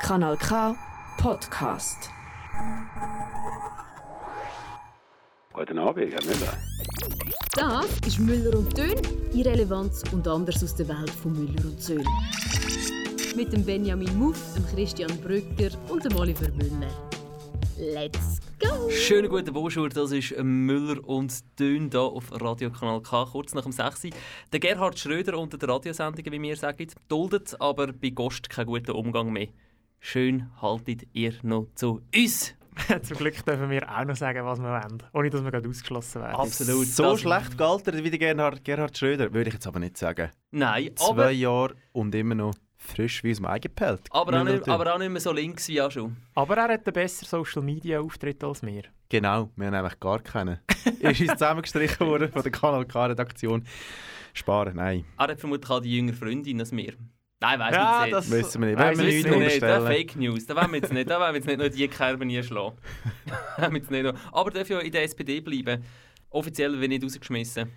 Kanal K Podcast. Guten Abend, Herr Müller. Das ist Müller und Dön, Irrelevanz und anders aus der Welt von Müller und Söhn. Mit dem Benjamin Muff, dem Christian Brücker und dem Oliver Müller. Let's go! Schönen guten Bonjour, das ist Müller und Dünn hier auf Radiokanal K, kurz nach dem 6. Der Gerhard Schröder unter den Radiosendungen, wie wir sagen, duldet aber bei Gost keinen guten Umgang mehr. Schön haltet ihr noch zu uns! Zum Glück dürfen wir auch noch sagen, was wir wollen, ohne dass wir gerade ausgeschlossen werden. Absolut. So das- schlecht gealtert wie der Gerhard, Gerhard Schröder, würde ich jetzt aber nicht sagen. Nein, Zwei aber, Jahre und immer noch frisch wie aus dem Eigenpelt. aber, auch nicht, Müller-Thun. aber auch nicht mehr so links wie auch schon. Aber er hat einen besseren Social-Media-Auftritt als wir. Genau, wir haben eigentlich gar keinen. ist uns zusammengestrichen worden von der Kanal K-Redaktion. Sparen, nein, Er hat vermutlich auch die jüngere Freundin als wir. Nein, weiss Ja, nicht. das- wissen wir nicht. Das Nein, Wollen wir nichts wissen wir nicht, das unterstellen? Fake News. Da wollen wir jetzt nicht, da wollen wir jetzt nicht nur die Kerben einschlagen. Wollen wir jetzt nicht noch. Aber darf ja in der SPD bleiben. Offiziell wird nicht rausgeschmissen.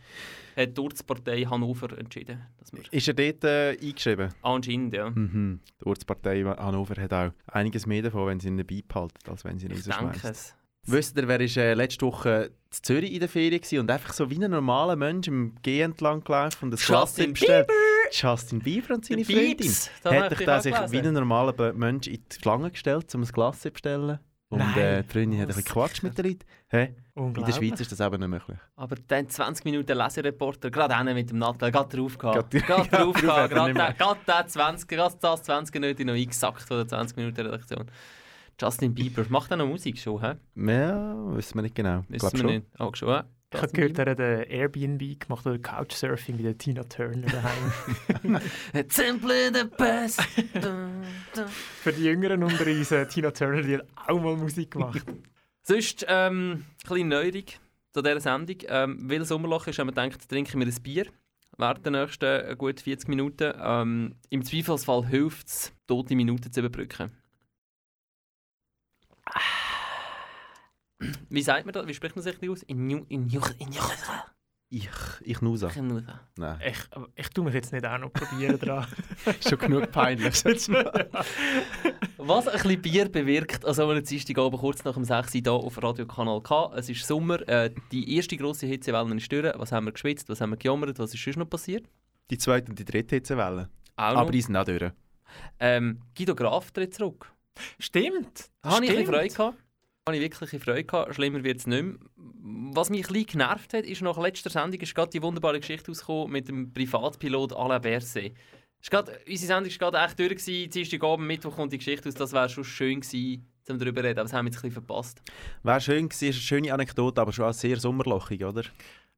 Hat die Partei Hannover entschieden. Dass wir Ist er dort äh, eingeschrieben? anscheinend, ja. Mhm. Die Ortspartei Hannover hat auch einiges mehr davon, wenn sie ihn dabei behalten, als wenn sie ihn Ich denke rausschmeißen. es. Wisst ihr, wer ist äh, letzte Woche in Zürich in der Ferien war und einfach so wie ein normaler Mensch im Geh entlang gelaufen und ein Glas Justin bestellt? Justin Bieber und seine Der Freundin. Pieps, das Hat habe sich ich da auch sich gelesen. wie ein normaler Be- Mensch in die Schlange gestellt, um ein Glas zu bestellen? Und Nein. äh, die Freundin hat ein bisschen Quatsch mit den Leuten. Hä? In der Unglaublich. Schweiz ist das eben nicht möglich. Aber dann 20 Minuten Lesereporter, gerade einen mit dem Nattel, gerade drauf gehabt. Gerade- Gerade Ja, drauf drauf gehabt. hat er Gerade nicht der- mehr. gerade der 20, gerade das 20 nicht noch eingesackt von der 20 Minuten Redaktion. Justin Bieber macht er noch Musik schon, hä? Ja, wissen wir nicht genau. Ich Wissen glaub wir schon. nicht. Auch schon, hä? Ich habe gehört, er hat äh, Airbnb gemacht oder Couchsurfing mit der Tina Turner daheim. It's simply the best. Für die Jüngeren unter uns, äh, Tina Turner, die hat auch mal Musik gemacht. Sonst, ähm, kleine Neuerung zu dieser Sendung. Ähm, weil Sommerloch ist, haben wir gedacht, trinken wir ein Bier während der nächsten äh, gut 40 Minuten. Ähm, Im Zweifelsfall hilft es, tote Minuten zu überbrücken. Wie sagt man das? Wie spricht man sich das aus? In New... In New... In New... Ich, ich nusa. In New... Nein. Ich, ich tue mich jetzt nicht auch noch probieren dran. schon genug peinlich. Was ein bisschen Bier bewirkt, also am Dienstagabend kurz nach dem 6 Uhr hier auf Radio Kanal K. Es ist Sommer, äh, die erste grosse Hitzewelle ist durch. Was haben wir geschwitzt, was haben wir gejammert, was ist sonst noch passiert? Die zweite und die dritte Hitzewelle. Auch noch. Aber die sind auch durch. ähm, Guido Graf tritt zurück. Stimmt! Habe ich ein bisschen Stimmt. Freude gehabt. Habe ich wirklich ein bisschen Freude gehabt. Schlimmer wird es nicht mehr. Was mich ein bisschen genervt hat, ist nach letzter Sendung ist gerade die wunderbare Geschichte rausgekommen mit dem Privatpilot Alain Berset. Ist gerade, unsere Sendung war gerade echt durch. gewesen. Dienstagabend, Mittwoch kommt die Geschichte raus. Das wäre schon schön gewesen, um darüber zu reden. Aber das haben wir jetzt ein bisschen verpasst. Wäre schön gewesen, ist eine schöne Anekdote, aber schon auch sehr sommerlochig, oder?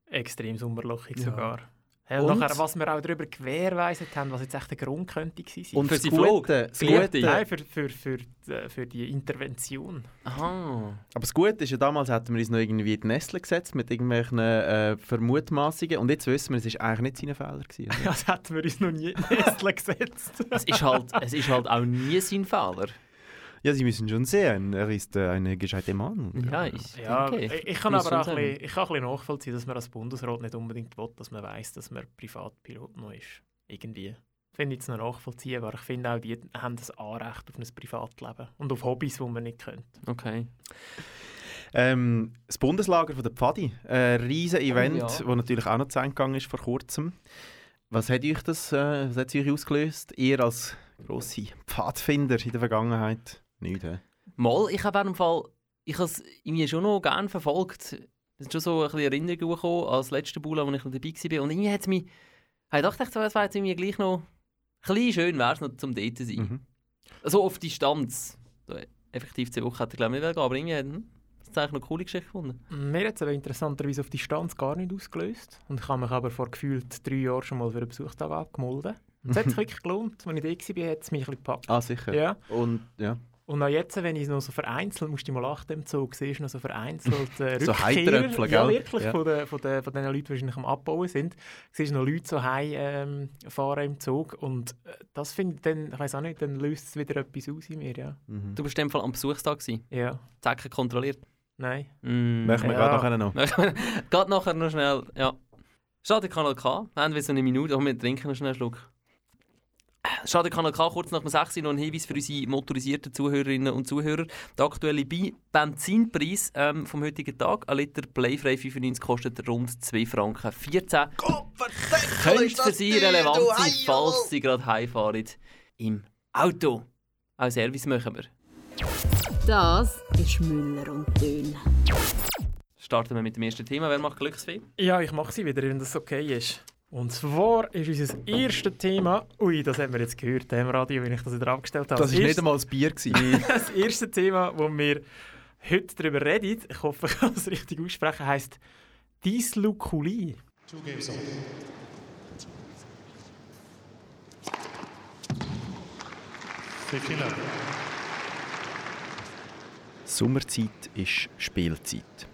Extrem sommerlochig Ja. sogar. Ja, Und? und nachher, was wir auch darüber gewährleistet haben, was jetzt echt der Grund könnte gewesen sein. Und Für das sie flog. Gute, das Sie liebte Gute, ihn. Nein, für, für, für, äh, für die Intervention. Aha. aber das Gute ist ja, damals hatten wir uns noch irgendwie in die Nestle gesetzt mit irgendwelchen äh, Vermutmaßungen und jetzt wissen wir, es war eigentlich nicht sein Fehler. Gewesen, oder? Das hätten wir uns noch nie in Nestle gesetzt. Es ist, halt, es ist halt auch nie sein Fehler. ja, Sie müssen schon sehen, er ist äh, ein gescheiter Mann. Ja, ist Ja, okay. ich, ich kann Muss aber auch so ein sein. bisschen, ich kann ein bisschen nachvollziehen, dass man als Bundesrat nicht unbedingt will, dass man weiß, dass man Privatpilot noch ist. Irgendwie. Finde ich es noch nachvollziehbar. Ich finde auch, die haben das Anrecht auf ein Privatleben und auf Hobbys, die man nicht könnte. Okay. Ähm, das Bundeslager von der Pfadi, ein riesen Event, Oh das ja. natürlich auch noch zu Ende gegangen ist vor kurzem. Was hat euch das äh, was hat euch ausgelöst? Ihr als grosse Pfadfinder in der Vergangenheit? Nicht, hä? Mal, ich habe auch im Fall, ich habe es irgendwie schon noch gerne verfolgt. Es sind schon so ein bisschen Erinnerungen gekommen an das letzte Bula, wo ich noch dabei war. Und irgendwie hat es mich, ich dachte, echt so, es wäre jetzt irgendwie gleich noch, ein bisschen schön wäre es noch, zum dort zu sein. Mhm. So auf Distanz. So, äh, effektiv zwei Wochen hätte ich glaube ich nicht gehen, aber irgendwie hat hm, das eigentlich eine coole Geschichte gefunden. Mir hat es aber interessanterweise auf Distanz gar nicht ausgelöst. Und ich habe mich aber vor gefühlt drei Jahren schon mal für einen Besuchstag abgemolden. Es hat sich wirklich gelohnt. Als ich da war, hat es mich ein bisschen gepackt. Ah, sicher. Ja. Und ja. Und auch jetzt, wenn ich noch so vereinzelt, musst du mal achten im Zug, siehst du noch so vereinzelt äh, So Rückkehrer. Heitröpfel, Ja, gell? wirklich, Ja. Von, den, von, den, von den Leuten, die wahrscheinlich am Abbauen sind. Siehst du noch Leute so heim ähm, fahren im Zug und äh, das finde ich dann, ich weiß auch nicht, dann löst es wieder etwas aus in mir, ja. Mhm. Du bist in dem Fall am Besuchstag gewesen. Ja, Zecken kontrolliert. nein. Mm. Möchten wir Ja. gerade nachher noch. Geht nachher noch schnell, Oh, ja. Schade, Kanal K. Wir haben wieder so eine Minute, aber wir trinken noch schnell einen Schluck. Äh, Schade Kanal K kurz nach dem 6 Uhr noch ein Hinweis für unsere motorisierten Zuhörerinnen und Zuhörer. Der aktuelle Bi- Benzinpreis ähm, vom heutigen Tag, ein Liter Playfrei 95 kostet rund 2,14 Franken. 14. Könnte für Sie relevant sein, falls Sie gerade heimfahren im Auto. Auch Service machen wir. Das ist Müller und Dön. Starten wir mit dem ersten Thema. Wer macht Glücksfee? Ja, ich mache sie wieder, wenn das okay ist. Und zwar ist unser erstes Thema. Ui, das haben wir jetzt gehört im Radio, wenn ich das wieder abgestellt habe. Das war Erst- nicht einmal ein Bier. gewesen. das erste Thema, wo wir heute darüber reden, ich hoffe, ich kann es richtig aussprechen, heisst Dyslokulie. Sommerzeit ist Spielzeit.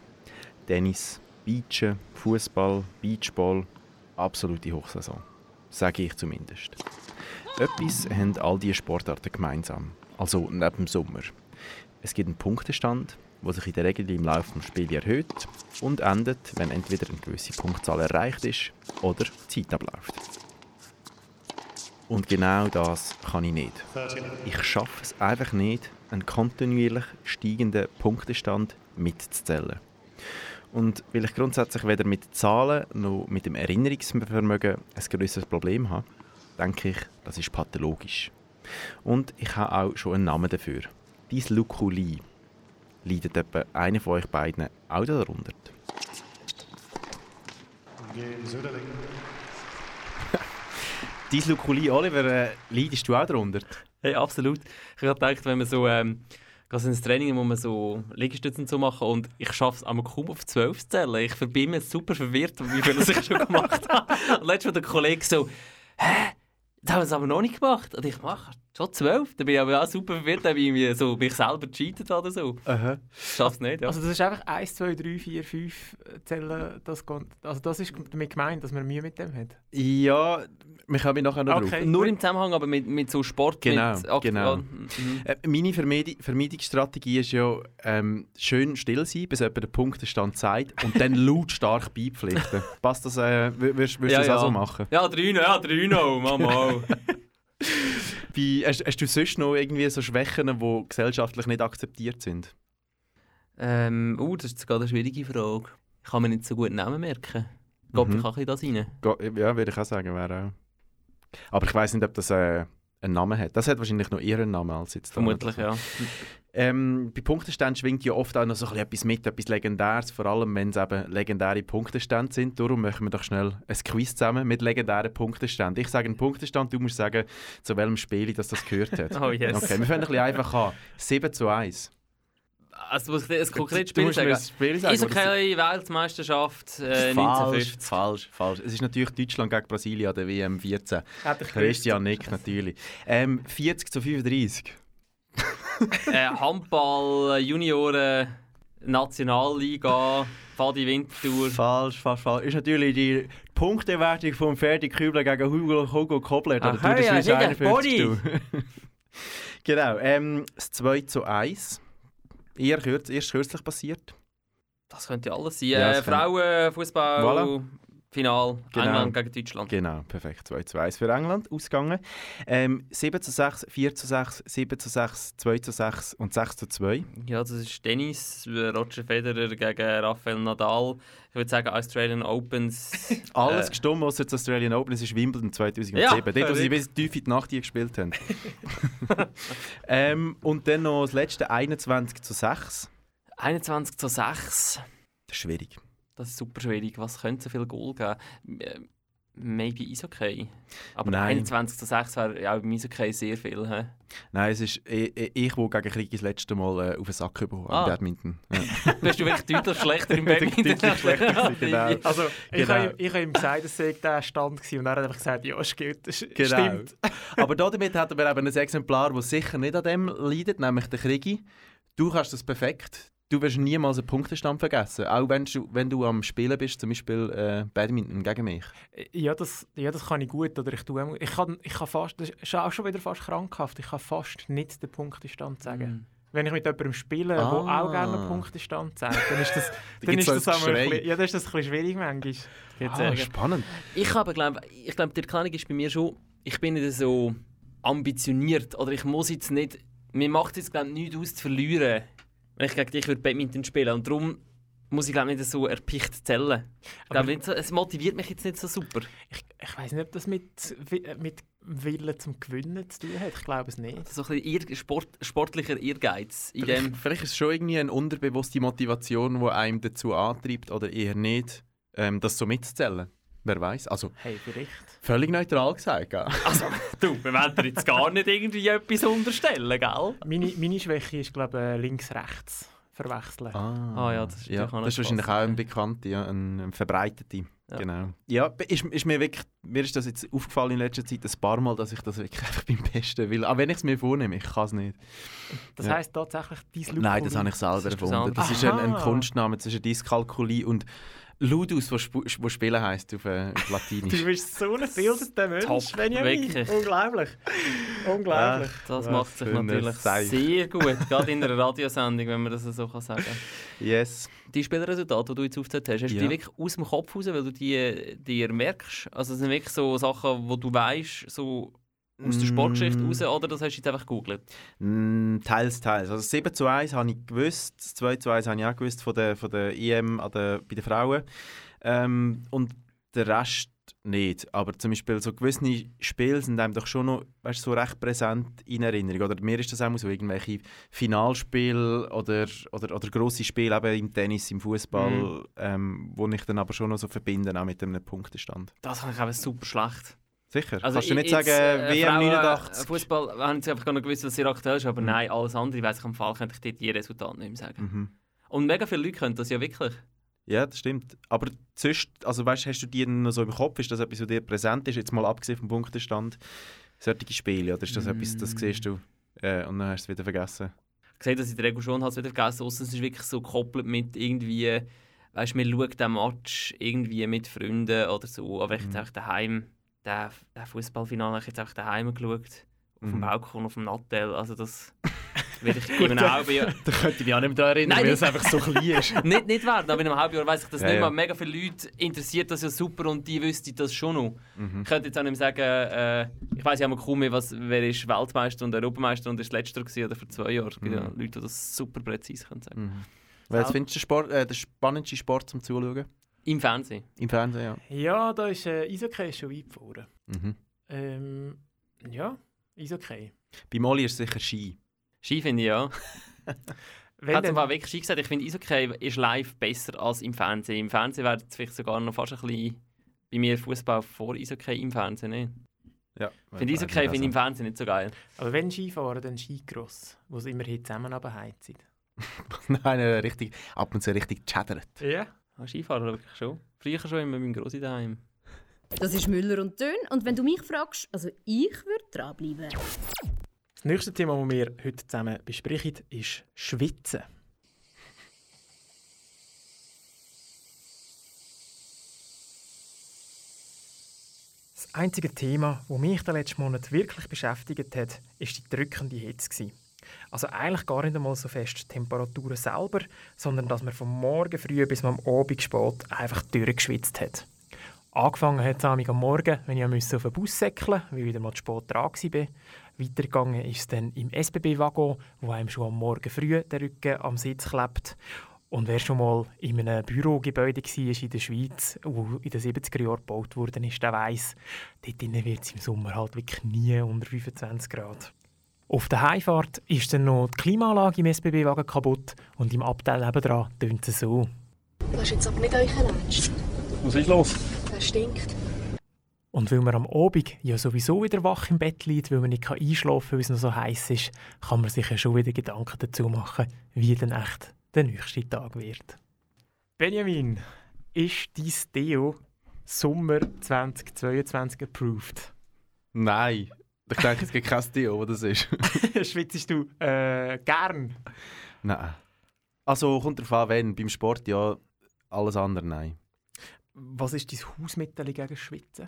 Tennis, Beachen, Fußball, Beachball, absolute Hochsaison. Sage ich zumindest. Etwas haben all diese Sportarten gemeinsam, also neben dem Sommer. Es gibt einen Punktestand, der sich in der Regel im Laufe des Spiels erhöht und endet, wenn entweder eine gewisse Punktzahl erreicht ist oder die Zeit abläuft. Und genau das kann ich nicht. Ich schaffe es einfach nicht, einen kontinuierlich steigenden Punktestand mitzuzählen. Und weil ich grundsätzlich weder mit Zahlen noch mit dem Erinnerungsvermögen ein grösseres Problem habe, denke ich, das ist pathologisch. Und ich habe auch schon einen Namen dafür. Dyslokulie. Leidet etwa einer von euch beiden auch darunter? Dyslokulie, Oliver, äh, leidest du auch darunter? Hey, absolut. Ich habe gedacht, wenn man so ähm, gerade so ein Training, wo man so Liegestütze und so machen und ich schaffe es einmal kaum auf 12 zu zählen. Ich bin immer super verwirrt, wie viel ich schon gemacht habe. Und letztes Mal der Kollege so, hä? Das haben wir es aber noch nicht gemacht. Und ich mache schon 12. Dann bin ich aber auch super verwirrt, dann bin ich so mich selber gecheatet oder so. Aha. Schaff's nicht, ja. Also das ist einfach 1, 2, 3, 4, 5 Zellen, das geht, also das ist damit gemeint, dass man Mühe mit dem hat. Ja, wir kommen nachher noch Okay. drauf. Nur im Zusammenhang aber mit, mit so Sport, Genau, mit Akt- genau. Mhm. Äh, meine Vermeidi- Vermeidungsstrategie ist ja, ähm, schön still sein, bis jemand den Punktestand zeigt und dann lautstark beipflichten. Passt das, äh, wür- würdest würdest du Ja, das ja. auch so machen? Ja, 3 ja, 3 noch, Mama. oh. Bei, hast, hast du sonst noch irgendwie so Schwächen, die gesellschaftlich nicht akzeptiert sind? Ähm, uh, das ist jetzt gerade eine schwierige Frage. Ich kann mir nicht so gut Namen merken. Gott, Mhm. ich kann ein bisschen das rein. Go- Ja, würde ich auch sagen, wäre auch. Aber ich weiß nicht, ob das äh, einen Namen hat. Das hat wahrscheinlich noch ihren Namen als jetzt. da. Vermutlich, ja. Ähm, bei Punkteständen schwingt ja oft auch noch so ein bisschen etwas mit, etwas Legendäres, vor allem wenn es eben legendäre Punktestände sind. Darum machen wir doch schnell ein Quiz zusammen mit legendären Punkteständen. Ich sage einen Punktestand, du musst sagen, zu welchem Spiel das das gehört hat. Oh yes. Okay, wir fangen ein bisschen einfach an. 7 zu 1. Also, muss ich dir ein konkretes Du Spiel musst mir sagen. ein Spiel sagen. wo das- Eishockey Weltmeisterschaft äh, Falsch, 1950. falsch, falsch. Es ist natürlich Deutschland gegen Brasilien an der WM 14. Hätte ich Christian Nick natürlich. Ähm, 40 zu 35. Äh, Handball, äh, Junioren, Nationalliga, Fadi Winterthur. Falsch, falsch, falsch. Ist natürlich die Punktewertung von Ferdi Kübler gegen Hugo, Hugo Kobler. Ach, Oder du, ja, das ist nicht 51 der du. genau. Ähm, das 2 zu 1. Eher kürz, erst kürzlich passiert. Das könnte ja alles sein. Ja, äh, das könnte- Frauen, Fußball, Voilà. Final, Genau. England gegen Deutschland. Genau, perfekt. 2 zu 1 für England ausgegangen. Ähm, 7 zu 6, 4 zu 6, 7 zu 6, 2 zu 6 und 6 zu 2. Ja, das ist Tennis, äh, Roger Federer gegen Rafael Nadal. Ich würde sagen, Australian Opens. Alles Äh. gestummt, außer das Australian Open, es ist Wimbledon 2007. Ja, Dort, wo verrückt. sie bis tief in die Nacht gespielt haben. ähm, und dann noch das letzte 21 zu 6. 21 zu 6. Das ist schwierig. Das ist super schwierig. Was könnte so viel Goal geben? M- äh, Maybe Eishockey. Aber Nein. 21 zu 6 wäre ja im Eishockey sehr viel. He? Nein, es ist ich, ich der gegen Krieg das letzte Mal äh, auf den Sack bekommen Ah. am Badminton. Ja. Bist du wirklich deutlich schlechter im Deutlich- Badminton? deutlich schlechter gewesen, genau. Also, ich Genau. habe ihm- ich habe ihm gesagt, es sei der Stand gewesen und er hat einfach gesagt, ja, es gilt, es Genau. stimmt. Aber damit hat wir eben ein Exemplar, das sicher nicht an dem leidet, nämlich der Krigi. Du kannst das perfekt. Du wirst niemals einen Punktestand vergessen. Auch wenn du, wenn du am Spielen bist, zum Beispiel äh, Badminton gegen mich. Ja das, ja, das kann ich gut, oder ich tue auch- ich kann, ich kann fast, das ist auch schon wieder fast krankhaft, ich kann fast nicht den Punktestand sagen. Mhm. Wenn ich mit jemandem spiele, der Mm. Ah. auch gerne einen Punktestand sagt, dann ist das, dann ist gibt's so das, ein einmal ein Geschrei. bisschen, ja, dann ist das ein bisschen schwierig manchmal. Jetzt, Ah, äh, spannend. Ich habe glaube, ich glaube, die Erklärung ist bei mir schon, ich bin nicht so ambitioniert oder ich muss jetzt nicht, mir macht jetzt glaube ich nichts aus zu verlieren, wenn ich gegen dich würde Badminton spielen und darum muss ich glaube nicht so erpicht zählen. Ich Aber- glaube nicht so, es motiviert mich jetzt nicht so super. Ich, ich weiß nicht, ob das mit, Wi- äh, mit Willen zum Gewinnen zu tun hat. Ich glaube es nicht. So ein bisschen Ehr- Sport, sportlicher Ehrgeiz in Vielleicht, dem. vielleicht ist es schon irgendwie eine unterbewusste Motivation, die einem dazu antreibt oder eher nicht, ähm, das so mitzuzählen. Wer weiß? Also Hey, vielleicht. völlig neutral gesagt. gell? Also, du, wir wollen dir jetzt gar nicht irgendwie etwas unterstellen, gell? Meine, meine Schwäche ist, glaube ich, links-rechts verwechseln. Ah ja, das ist ja, natürlich auch das ist noch wahrscheinlich auch krass. eine bekannte, ja, eine, eine verbreitete. Ja. Genau. Ja, b- ist, ist mir wirklich, mir ist das jetzt aufgefallen in letzter Zeit ein paar Mal, dass ich das wirklich einfach beim Besten will. Auch wenn ich es mir vornehme, ich kann es nicht. Das Ja. heisst tatsächlich, dein Loophole. Nein, das habe ich selber Das ist was erfunden. Das ist ein, anderes. ein Aha. Kunstname zwischen Dyskalkulie und Ludus, was Spu- was Spielen heisst auf äh, auf Du Latinisch. bist so ein gebildeter Mensch, Top, Benjamin. wirklich. Unglaublich. Unglaublich. Das Was macht sich für ein natürlich Seich. sehr gut, gerade in einer Radiosendung, wenn man das so kann sagen kann. yes. Die Spielresultate, die du jetzt aufgezählt hast, hast du Ja. die wirklich aus dem Kopf raus, weil du die dir merkst? Also das sind wirklich so Sachen, die du weißt, so aus der Sportgeschichte Mm. raus, oder das hast du jetzt einfach gegoogelt? Mm, teils, teils. Also 7 zu 1 habe ich gewusst, das 2 zu 1 habe ich auch gewusst von der, von der EM an der, bei den Frauen. Ähm, und der Rest nicht. Aber zum Beispiel so gewisse Spiele sind einem doch schon noch weißt, so recht präsent in Erinnerung. Oder mir ist das auch so, irgendwelche Finalspiele oder, oder, oder grosse Spiele eben im Tennis, im Fußball, Mhm. ähm, wo ich dann aber schon noch so verbinde, auch mit einem Punktestand. Das habe ich eben super schlecht. Sicher. Kannst du ich- nicht jetzt, sagen, äh, WM Frauen, 89? äh, Fußball, äh, habe ich jetzt einfach gar nicht gewusst, was ihr aktuell ist, aber Mhm. nein, alles andere, weiss ich am Fall, könnte ich dir die Resultate nicht mehr sagen. Mhm. Und mega viele Leute können das ja wirklich. Ja, das stimmt. Aber sonst, also weißt, hast du die noch so im Kopf? Ist das etwas, was dir präsent ist? Jetzt mal abgesehen vom Punktestand, solche Spiele, oder ist das etwas, Mm. das siehst du äh, und dann hast du es wieder vergessen? gesehen, dass ich die Regel schon habe, wieder vergessen, ausser es ist wirklich so gekoppelt mit irgendwie, weißt du, man schaut den Match irgendwie mit Freunden oder so, aber ich Mhm. habe jetzt einfach daheim, den, den Fußballfinale habe ich jetzt einfach daheim geschaut, auf dem Mhm. Balkon, auf dem Nattel, also das werde ich in einem halben Jahr, Da könnte ich mich auch nicht mehr daran erinnern, Nein, weil nicht. es einfach so klein ist. nicht, nicht werden, aber in einem halben Jahr weiss ich das Ja, nicht ja. mehr, mega viele Leute interessiert das ja super und die wüssten das schon noch. Mhm. Ich könnte jetzt auch nicht mehr sagen, äh, ich weiß ja mal kaum mehr, was, wer ist Weltmeister und Europameister und ist letzter gewesen oder vor zwei Jahren. Es gibt ja Mhm. Leute, die das super präzise können sagen. Was findest du den Sport, äh, der spannendste Sport zum Zuschauen? Im Fernsehen. Im Fernsehen, ja. Ja, da ist äh, Eishockey schon weit vorne. Mhm. Ähm, ja, Eishockey. Bei Molly ist es sicher Ski. Ski finde ich ja. Wenn Hat es denn- aber wirklich Ski gesagt. Ich finde, Eishockey ist live besser als im Fernsehen. Im Fernsehen wäre es vielleicht sogar noch fast ein bisschen bei mir Fußball vor Eishockey im Fernsehen. Ne? Ja. Ich finde Eishockey finde ich also. im Fernsehen nicht so geil. aber wenn Skifahren, dann Skigross, wo sie immerhin zusammen abheizen. Nein, äh, richtig, ab und zu richtig chattert. Ja. Ah, Skifahren wirklich schon. Früher schon immer mit dem Grossi daheim. Das ist Müller und Dön. Und wenn du mich fragst, also ich würde dranbleiben. Das nächste Thema, das wir heute zusammen besprechen, ist Schwitzen. Das einzige Thema, das mich den letzten Monat wirklich beschäftigt hat, ist die drückende Hitze. gewesen. Also eigentlich gar nicht einmal so fest die Temperaturen selber, sondern dass man vom Morgen früh bis am Abend spät einfach durchgeschwitzt hat. Angefangen hat es am Morgen, wenn ich musste auf den Bus säckeln weil ich wieder mal zu spät dran war. Weitergegangen ist es dann im SBB-Waggon, wo einem schon am Morgen früh der Rücken am Sitz klebt. Und wer schon mal in einem Bürogebäude war in der Schweiz, wo in den 70er Jahren gebaut wurde, ist, der weiss, dort wird es im Sommer halt wirklich nie unter 25 Grad. Auf der Heimfahrt ist dann noch die Klimaanlage im SBB-Wagen kaputt und im Abteil nebenan tönt es so. Das ist jetzt aber nicht euer Ernst. Was ist los? Das stinkt. Und weil man am Abend ja sowieso wieder wach im Bett liegt, weil man nicht kann einschlafen kann, weil es noch so heiß ist, kann man sich ja schon wieder Gedanken dazu machen, wie denn echt der nächste Tag wird. Benjamin, ist dein Deo Sommer 2022 approved? Nein. Ich denke, es gibt kein Dio, wo das ist. Schwitzest du äh, gern? Nein. Also kommt darauf an, wenn. Beim Sport ja, alles andere nein. Was ist dein Hausmittel gegen Schwitzen?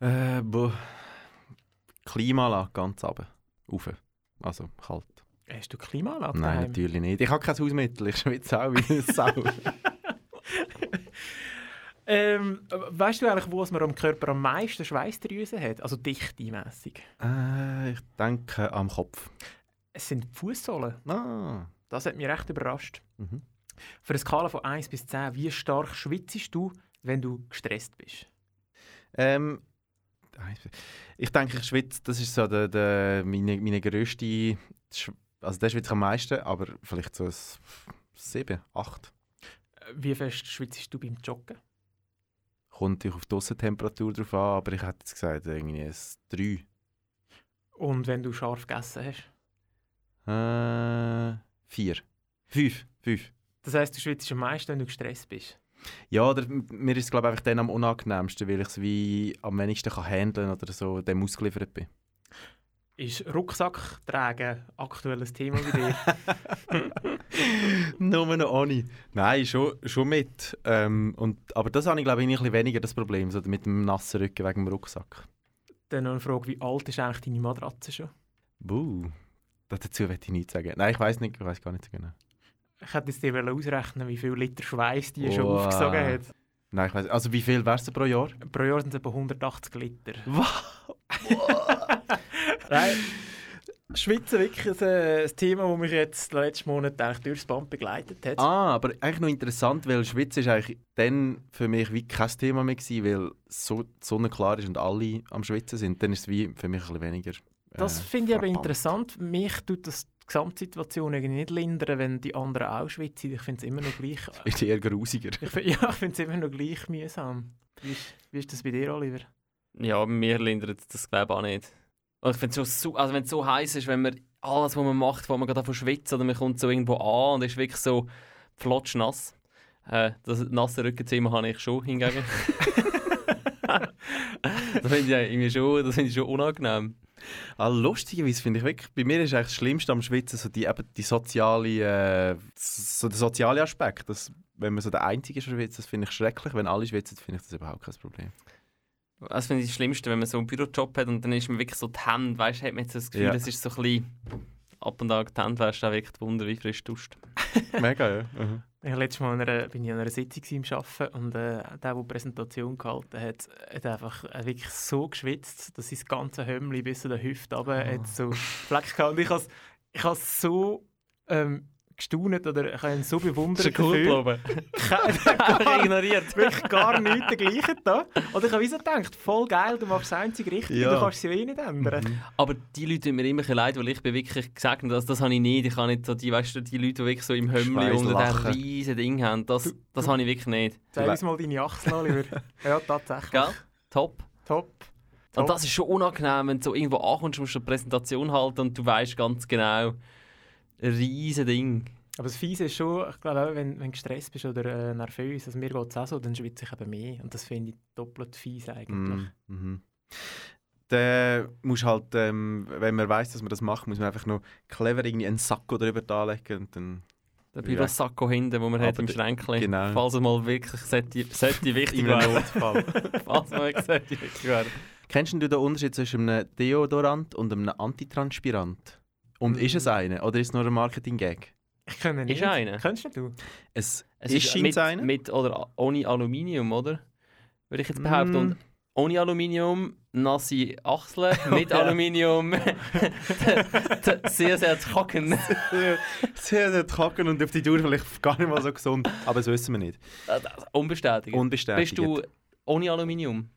Äh, boah. Klimaanlage ganz runter. Rauf. Also kalt. Hast du Klimaanlage Nein, daheim? natürlich nicht. Ich habe kein Hausmittel, ich schwitze auch wie eine Sau. Ähm, weißt du eigentlich, wo es man am Körper am meisten Schweißdrüsen hat? Also dichtemässig. Äh, ich denke am Kopf. Es sind die Fußsohlen. Ah, Das hat mich recht überrascht. Mhm. Für eine Skala von 1 bis 10, wie stark schwitzt du, wenn du gestresst bist? ähm, ich denke, ich schwitze, das ist so der, der, meine, meine grösste, Sch- also der schwitze ich am meisten, aber vielleicht so ein 7, Äh, 8. Wie fest schwitzt du beim Joggen? Kommt natürlich auf die Aussentemperatur drauf an, aber ich hätte jetzt gesagt, irgendwie ein 3. Und wenn du scharf gegessen hast? Äh, 4. 5. 5. Das heisst, du schwitzt am meisten, wenn du gestresst bist. Ja, der, m- mir ist es glaube ich einfach dann am unangenehmsten, weil ich es wie am wenigsten kann handeln oder so dem ausgeliefert bin. Ist Rucksack tragen aktuelles Thema bei dir? Nur noch ohne. Nein, schon, schon mit. Ähm, und, aber das habe ich glaube ich ein bisschen weniger das Problem, so mit dem nassen Rücken wegen dem Rucksack. Dann noch eine Frage, wie alt ist eigentlich deine Matratze schon? Buh. Das dazu werde ich nichts sagen. Nein, ich weiß nicht, ich weiß gar nicht so genau. Ich hätte jetzt dir wollen ausrechnen, wie viel Liter Schweiß die schon Wow. aufgesogen hat. Nein, ich weiß. Also wie viel wärst du pro Jahr? Pro Jahr sind es etwa 180 Liter. Nein. Schwitzen wirklich ein, ein Thema, das mich jetzt letzten Monat eigentlich durchs Band begleitet hat. Ah, aber eigentlich noch interessant, weil Schwitzen ist eigentlich dann für mich wie kein Thema mehr gewesen, weil so die Sonne klar ist und alle am Schwitzen sind, dann ist es wie für mich ein bisschen weniger. äh, das finde ich aber frappant. interessant. Mich tut das die Gesamtsituation irgendwie nicht lindern, wenn die anderen auch schwitzen. Ich finde es immer noch gleich. äh, Ist eher grusiger. Ich find, ja, ich finde es immer noch gleich mühsam. Wie ist, wie ist das bei dir, Oliver? Ja, mir lindert das glaube ich auch nicht. Und ich finde es so, also wenn es so heiß ist, wenn man alles, was man macht, wo man gerade davon schwitzt oder man kommt so irgendwo an und ist wirklich so flotschnass. Äh, das nasse Rückenthema habe ich schon hingegen. das finde ich ja irgendwie schon, das finde ich schon unangenehm. Ah, lustigerweise finde ich wirklich, bei mir ist eigentlich das Schlimmste am Schwitzen so die, eben die soziale, äh, so der soziale Aspekt. Das, wenn man so der Einzige ist, der schwitzt, das finde ich schrecklich. Wenn alle schwitzen, finde ich das überhaupt kein Problem. Das Also finde ich das Schlimmste, wenn man so einen Bürojob hat und dann ist man wirklich so die Hände, weißt du, hat man jetzt so das Gefühl, Ja. es ist so ein bisschen ab und an die Hände wäscht, auch wirklich Wunder, wie frisch du duscht. Mega, ja. Mhm. Ich letztes Mal in einer, bin ich an einer Sitzung gewesen im Arbeiten und äh, der, der die Präsentation gehalten hat, hat einfach äh, wirklich so geschwitzt, dass sein ganze Hömmli bis zu der Hüfte runter hat so Flecken gehabt. Und ich habe ich has so ähm, gestaunt oder ich habe ihn so bewundert dafür. Einfach ignoriert. Wirklich gar nichts dergleichen da. Und ich habe wie so gedacht, voll geil, du machst es einzig richtig, Ja. du kannst sie eh nicht ändern. Aber die Leute tun mir immer ein bisschen leid, weil ich bin wirklich gesagt, das, das habe ich nicht. Ich habe nicht so die, weißt du, die Leute, die wirklich so im Hömmli Schweiß unter diesem lachen. riesen Ding haben, das, das habe ich wirklich nicht. Zeig uns mal deine Achseln, Oliver. ja, tatsächlich. Gell? Top. Top. Und das ist schon unangenehm, wenn du so irgendwo ankommst, musst du eine Präsentation halten und du weißt ganz genau, ein riesen Ding. Aber das Fiese ist schon, ich glaube auch, wenn, wenn du gestresst bist oder äh, nervös, also mir geht es auch so, dann schwitze ich eben mehr. Und das finde ich doppelt fies Mm. eigentlich. Mhm. Mhm. Dann muss halt, ähm, wenn man weiß, dass man das macht, muss man einfach noch clever irgendwie einen Sakko drüber anlegen und dann Der Ja. Bürosacko hinten, den man hat Aber im d- Schränkchen. genau. Falls es mal wirklich sollte, sollte wichtig in einem werden. Notfall. Falls mal wirklich sollte wichtig werden. Kennst denn du den Unterschied zwischen einem Deodorant und einem Antitranspirant? Und ist Mm. es eine oder ist es nur ein Marketing-Gag? Ich kenne nicht. Ist einer? Kennst nicht du? Es, Es ist, ist scheint mit, es eine. mit oder a- ohne Aluminium, oder? Würde ich jetzt behaupten. Mm. Und ohne Aluminium, nasse Achseln, mit Ja. Aluminium, d- d- sehr, sehr zu kacken. Sehr, sehr trocken und auf die Dauer vielleicht gar nicht mal so gesund. Aber das wissen wir nicht. Unbestätigt. Unbestätigt. Bist du ohne Aluminium?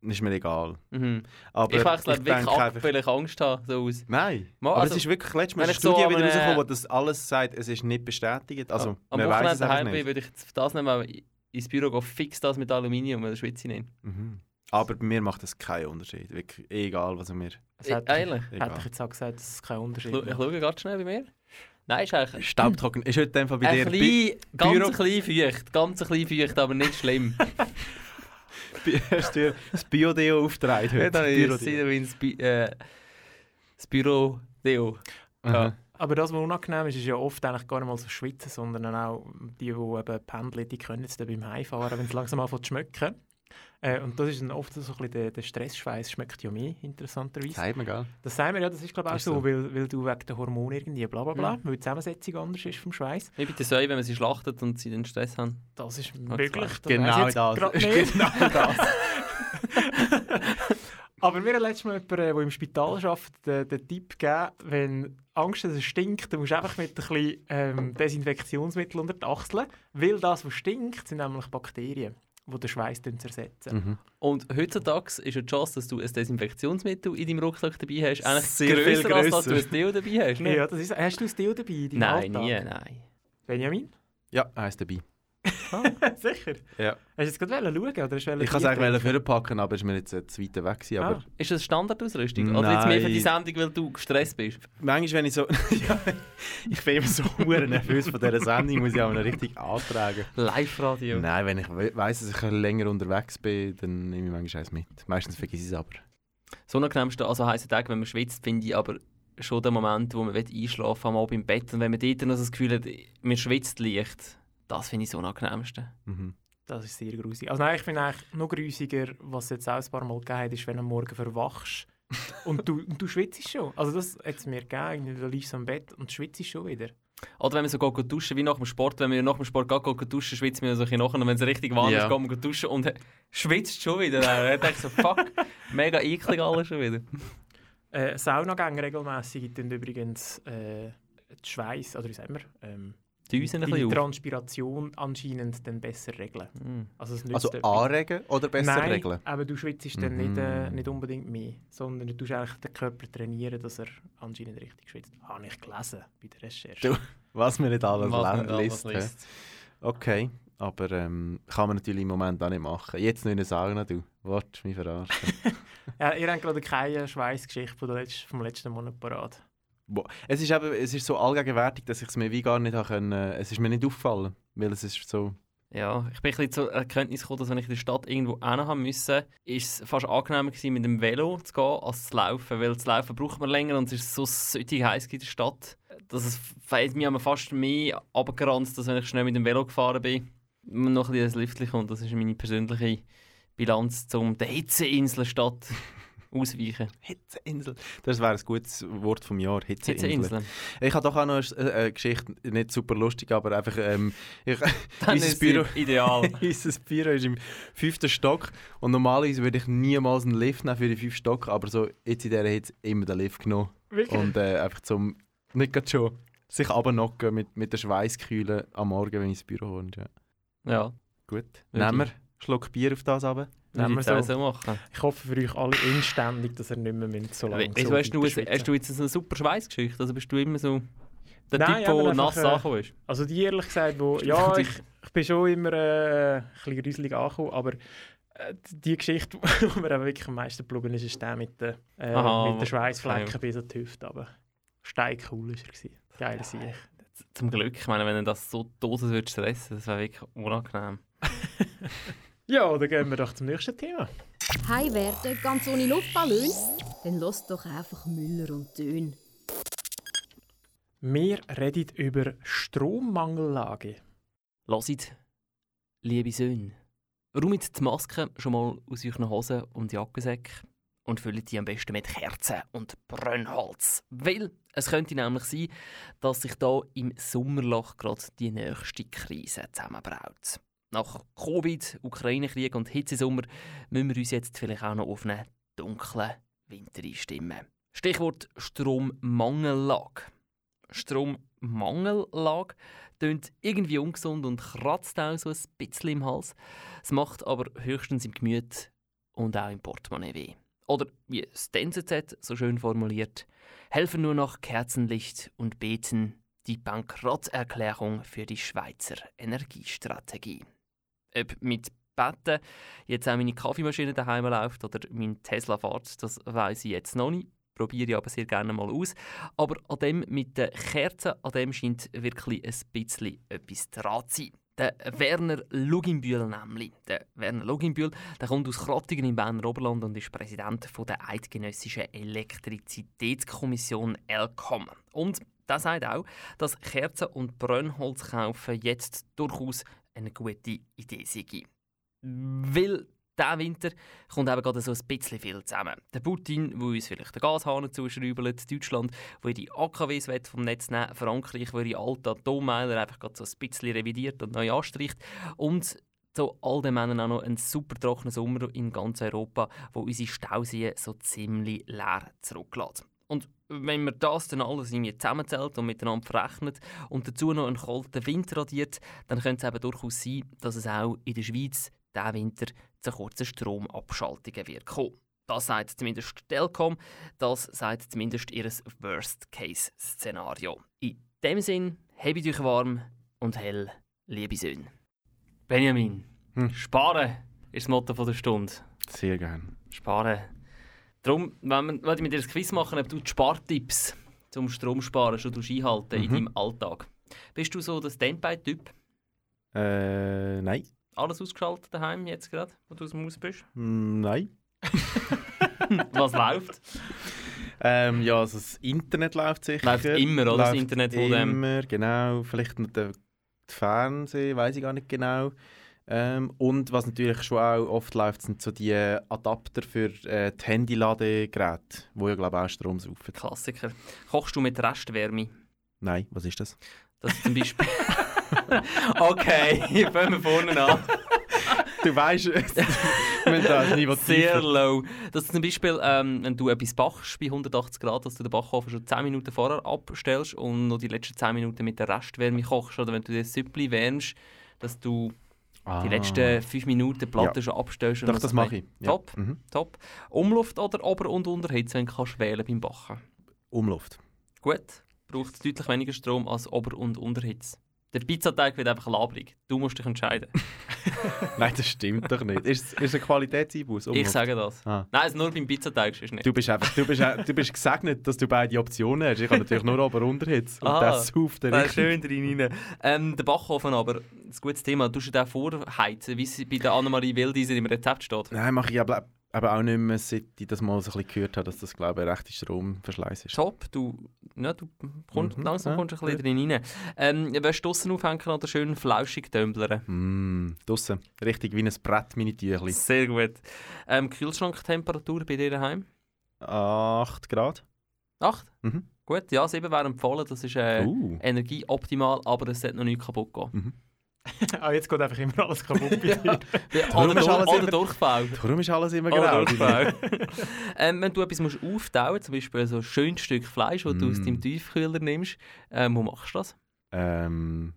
Ist mir egal. Mhm. Aber ich wechsle wirklich denke ab, einfach- weil ich Angst habe. So aus. Nein. Mal, aber also, es ist wirklich letztes Mal wenn eine ich so Studie an wieder einem- rausgekommen, wo das alles sagt, es ist nicht bestätigt. Also, Am man weiß es Wochenende einfach daheim bin, nicht. würde ich jetzt das nehmen, aber i- ins Büro gehen, fix das mit Aluminium, weil das schwitze ich nicht. Mhm. Aber bei mir macht das keinen Unterschied. Wirklich, egal, was an mir. Das E hätte ich- ehrlich? Hätte Egal. ich jetzt auch gesagt, das ist kein Ich Unterschied. schaue- ich schaue gerade schnell bei mir. Nein, ist eigentlich Staubtrocken ist heute in dem Fall bei ein dir. klein, ganz Büro- ein klein feucht, ganz ein klein feucht, aber nicht schlimm. Bi- Hast du dir das Bio-Deo aufgetragen heute? Ja, dann Bio-Deo. ist es wie das, Bi äh, das Büro Deo. Aha. Aber das, was unangenehm ist, ist ja oft eigentlich gar nicht mal so Schwitzen, sondern auch die, die eben pendeln, die können es dann beim Heimfahren, wenn es langsam anfängt zu schmecken. Äh, und das ist dann oft so ein bisschen der, der Stressschweiß schmeckt ja mehr, interessanterweise. Sagt man, gell? Das sagen wir ja, das ist glaube ich auch Ist so, so. Weil, weil du wegen der Hormone irgendwie bla bla Mhm. bla, weil die Zusammensetzung anders ist vom Schweiß. Wie bei den Säuen, wenn man sie schlachtet und sie den Stress haben. Das ist klar. möglich. Das Genau weiss ich jetzt das. gerade Ist nicht. genau das. Aber mir hat letztes Mal jemand, der im Spital arbeitet, den, den Tipp gegeben, wenn Angst dass es stinkt, dann musst du einfach mit ein bisschen ähm, Desinfektionsmittel unter die Achseln, weil das, was stinkt, sind nämlich Bakterien, die den Schweiß dann Hm. zersetzen. Mhm. Und heutzutage ist ja die Chance, dass du ein Desinfektionsmittel in deinem Rucksack dabei hast, eigentlich Sehr viel grösser, als dass du grösser. ein Deo dabei hast. ne? Ja, das ist, hast du das Deo dabei in deinem Nein, Alltag? nie, nein. Benjamin? Ja, eins dabei. Sicher? Ja. Hast du jetzt gerade wollen schauen oder hast du wollen Ich kann es dir eigentlich vorpacken, aber es ist mir jetzt äh, zu weit weg. Gewesen, aber Ah. Ist das Standardausrüstung? Oder jetzt mehr für die Sendung, weil du gestresst bist? manchmal, wenn ich so. ja, ich bin immer so hure nervös von dieser Sendung, muss ich auch noch richtig antragen. Live-Radio. Nein, wenn ich we weiss, dass ich länger unterwegs bin, dann nehme ich manchmal eins mit. Meistens vergesse ich es aber. So unangenehmsten, also heißen Tag, wenn man schwitzt, finde ich aber schon den Moment, wo man will einschlafen will, am Abend im Bett. Und wenn man dort noch so das Gefühl hat, man schwitzt leicht, das finde ich so unangenehmste. Mhm. Das ist sehr grusig. Also nein, ich finde eigentlich noch grusiger, was es jetzt auch ein paar Mal gegeben hat, ist, wenn du am Morgen verwachst und du, und du schwitzt schon. Also das hat es mir gegeben, irgendwie, du liegst am Bett und schwitzt schon wieder. Oder wenn man so geht duschen, wie nach dem Sport, wenn man nach dem Sport geht, geht duschen, schwitzt man so ein bisschen nachher. Und wenn es richtig warm Ja. ist, geht man duschen und schwitzt schon wieder. Dann denke ich so, fuck, mega eklig alles schon wieder. Äh, Saunagänge regelmässig gibt dann übrigens äh, den Schweiß, oder wie sagen wir, ähm, Die Häuser ein die bisschen auf. Hm. Transpiration anscheinend dann besser regeln. Also, es nützt Also etwas. anregen oder besser Nein, regeln? aber du schwitzt dann Mhm. nicht, äh, nicht unbedingt mehr, sondern du tust eigentlich den Körper trainieren, dass er anscheinend richtig schwitzt. Habe ich gelesen bei der Recherche. Du- Was mir nicht alles Was man lä- alles liest. hä? liest. Okay, aber ähm, kann man natürlich im Moment auch nicht machen. Jetzt noch in der Sauna, du. Warte, mich verarschen. Ja, ihr habt gerade keine Schweißgeschichte von der letz- vom letzten Monat parat. Boah. es, ist eben, es ist so allgegenwärtig, dass ich es mir wie gar nicht habe können. Es ist mir nicht auffallen, weil es ist so. Ja, ich bin ein bisschen zur Erkenntnis gekommen, dass wenn ich in der Stadt irgendwo hin haben musste, ist es fast angenehmer gewesen, mit dem Velo zu gehen, als zu laufen. Weil zu laufen braucht man länger und es ist so süchtig heiß in der Stadt, dass es fällt mir einmal fast mehr abgeranzt, als wenn ich schnell mit dem Velo gefahren bin. Man Noch ein bisschen ins Liftchen kommt, das ist meine persönliche Bilanz zum der Hitzeinselstadt ausweichen. Hitzeinsel. Das wäre ein gutes Wort vom Jahr. Hitzeinsel. Hitzeinseln. Ich habe doch auch noch eine äh, äh, Geschichte, nicht super lustig, aber einfach. Ähm, ich, Dann Unser ist Büro- es ideal. Unser Büro ist im fünften Stock und normalerweise würde ich niemals einen Lift nehmen für die fünf Stock, aber so jetzt in dieser Hitze immer den Lift genommen. Wirklich? Und äh, einfach zum, nicht gerade schon, sich runternocken mit, mit der Schweißkühle am Morgen, wenn ich ins Büro komme. Ja. Ja, Gut. Würde Nehmen wir einen Schluck Bier auf das runter. würde Nehmen wir ich auch so. so machen. Ich hoffe für euch alle inständig, dass ihr nicht mehr müsst, so lange Wieso so also hast, du, weiter hast du jetzt so eine super Schweißgeschichte? Also bist du immer so der Nein, Typ, aber der einfach, nass äh, angekommen ist? Also die ehrlich gesagt, wo, ja, ich, ich bin schon immer äh, ein bisschen gruselig angekommen, aber äh, die Geschichte, die mir eben wirklich am meisten geblieben ist, ist der mit den äh, Aha, mit der Schweißflecken okay. bis an die Hüfte. Aber steig cool war er. gewesen. Geil Sieg. Zum Glück, ich meine, wenn er das so dosen würde stressen, das wäre wirklich unangenehm. Ja, dann gehen wir doch zum nächsten Thema. Hei werden, ganz ohne Luftballon, dann lass doch einfach Müller und Dön. Wir reden über Strommangellage. Loset, liebe Söhne, räumt die Masken schon mal aus euren Hosen und Jackensäcken und füllt die am besten mit Kerzen und Brennholz. Weil es könnte nämlich sein, dass sich da im Sommerloch gerade die nächste Krise zusammenbraut. Nach Covid, Ukraine-Krieg und Hitzesommer müssen wir uns jetzt vielleicht auch noch auf einen dunklen Winter einstimmen. Stichwort Strommangellage. Strommangellage tönt irgendwie ungesund und kratzt auch so ein bisschen im Hals. Es macht aber höchstens im Gemüt und auch im Portemonnaie weh. Oder wie es die NZZ so schön formuliert, helfen nur noch Kerzenlicht und Beten die Bankrotterklärung für die Schweizer Energiestrategie. Ob mit Beten jetzt auch meine Kaffeemaschine daheim läuft oder mein Tesla fährt, das weiß ich jetzt noch nicht. Probiere ich aber sehr gerne mal aus. Aber an dem mit den Kerzen, an dem scheint wirklich ein bisschen etwas dran zu sein. Der Werner Luginbühl nämlich. Der Werner Luginbühl der kommt aus Krottingen im Berner Oberland und ist Präsident von der Eidgenössischen Elektrizitätskommission ELCOM. Und der sagt auch, dass Kerzen und Brennholz kaufen jetzt durchaus eine gute Idee sei. Weil diesen Winter kommt eben gerade so ein bisschen viel zusammen. Der Putin, der uns vielleicht den Gashahn zuschraubt, Deutschland, wo die AKWs will vom Netz nehmen Frankreich, wo ihre alten Atommeiler einfach gerade so ein bisschen revidiert und neu anstricht und so all den Männern auch noch ein super trockener Sommer in ganz Europa, wo unsere Stauseen so ziemlich leer zurücklässt. Und wenn man das dann alles irgendwie zusammenzählt und miteinander verrechnet und dazu noch einen kalten Winter addiert, dann könnte es eben durchaus sein, dass es auch in der Schweiz diesen Winter zu kurzen Stromabschaltungen wird kommen. Das sagt zumindest Telkom, das sagt zumindest ihr Worst-Case-Szenario. In dem Sinn, habt euch warm und hell, liebe Söhne. Benjamin, Hm. sparen ist das Motto von der Stunde. Sehr gerne. Sparen. Darum wenn wir- wollte ich mit dir ein Quiz machen, ob du die Spartipps zum Stromsparen schon tust einhalten in Mhm. deinem Alltag. Bist du so der Standby-Typ? Äh, nein. Alles ausgeschaltet daheim jetzt gerade, wo du aus dem Haus bist? Mm, Nein. Was läuft? Ähm, ja, also das Internet läuft sicher. Läuft immer, oder? Das Läuft Internet von dem- Immer, genau. Vielleicht noch der der Fernsehen, weiß ich gar nicht genau. Ähm, und was natürlich schon auch oft läuft, sind so die Adapter für äh, die Handyladegeräte, wo ja glaube ich auch Strom saufen. Klassiker. Kochst du mit Restwärme? Nein, was ist das? Das zum Beispiel. okay, fangen wir vorne an. Du weißt es. Wir da ein Niveau Sehr tiefer. low. Dass zum Beispiel, ähm, wenn du etwas bachst bei 180 Grad, dass du den Backofen schon 10 Minuten vorher abstellst und noch die letzten 10 Minuten mit der Restwärme kochst. Oder wenn du dir Süppli wärmst, dass du Ah. die letzten 5 Minuten die Platte Ja. schon abstellst. und Doch, noch das so ein mache ich. Ja. Top. Mhm. Top. Umluft oder Ober- und Unterhitze, wenn du kannst wählen beim Backen. Umluft. Gut. Braucht es deutlich weniger Strom als Ober- und Unterhitze. Der Pizzateig wird einfach labrig. Du musst dich entscheiden. Nein, das stimmt doch nicht. Ist, ist ein Qualitätseinbuß? Ich Umluft. sage das. Ah. Nein, also nur beim Pizzateig ist nicht. Du bist einfach, du bist, äh, du bist gesegnet, dass du beide Optionen hast. Ich habe natürlich nur ober unterhitz und Ah, das sauft er Ah, richtig. schön drin rein. Ähm, der Backofen aber, das gutes Thema, du den vorheizen, wie es bei der Annemarie Wildeisen im Rezept steht. Nein, mache ich aber, aber auch nicht mehr, seit ich das mal so ein bisschen gehört habe, dass das, glaube ich, ein rechter Stromverschleiß ist. Top, du, ja, du kommst, Mhm, langsam ja, kommst du ein bisschen drin rein. Ähm, willst du draussen aufhängen oder schön flauschig tümplern? Mm, draussen. Richtig wie ein Brett, meine Tüchli. Sehr gut. Ähm, Kühlschranktemperatur bei dir daheim? 8 Grad. Acht? Mhm. Gut, ja, sieben wäre empfohlen, das ist äh, Uh. energieoptimal, aber es sollte noch nicht kaputt gehen. ah, jetzt geht einfach immer alles kaputt bei dir. Oder, ist durch, alles oder immer- Durchfall. Darum ist alles immer Oder grau. Durchfall. ähm, wenn du etwas musst auftauen zum Beispiel so ein schönes Stück Fleisch, das du aus Mm. deinem Tiefkühler nimmst, ähm, wo machst du das? Ähm,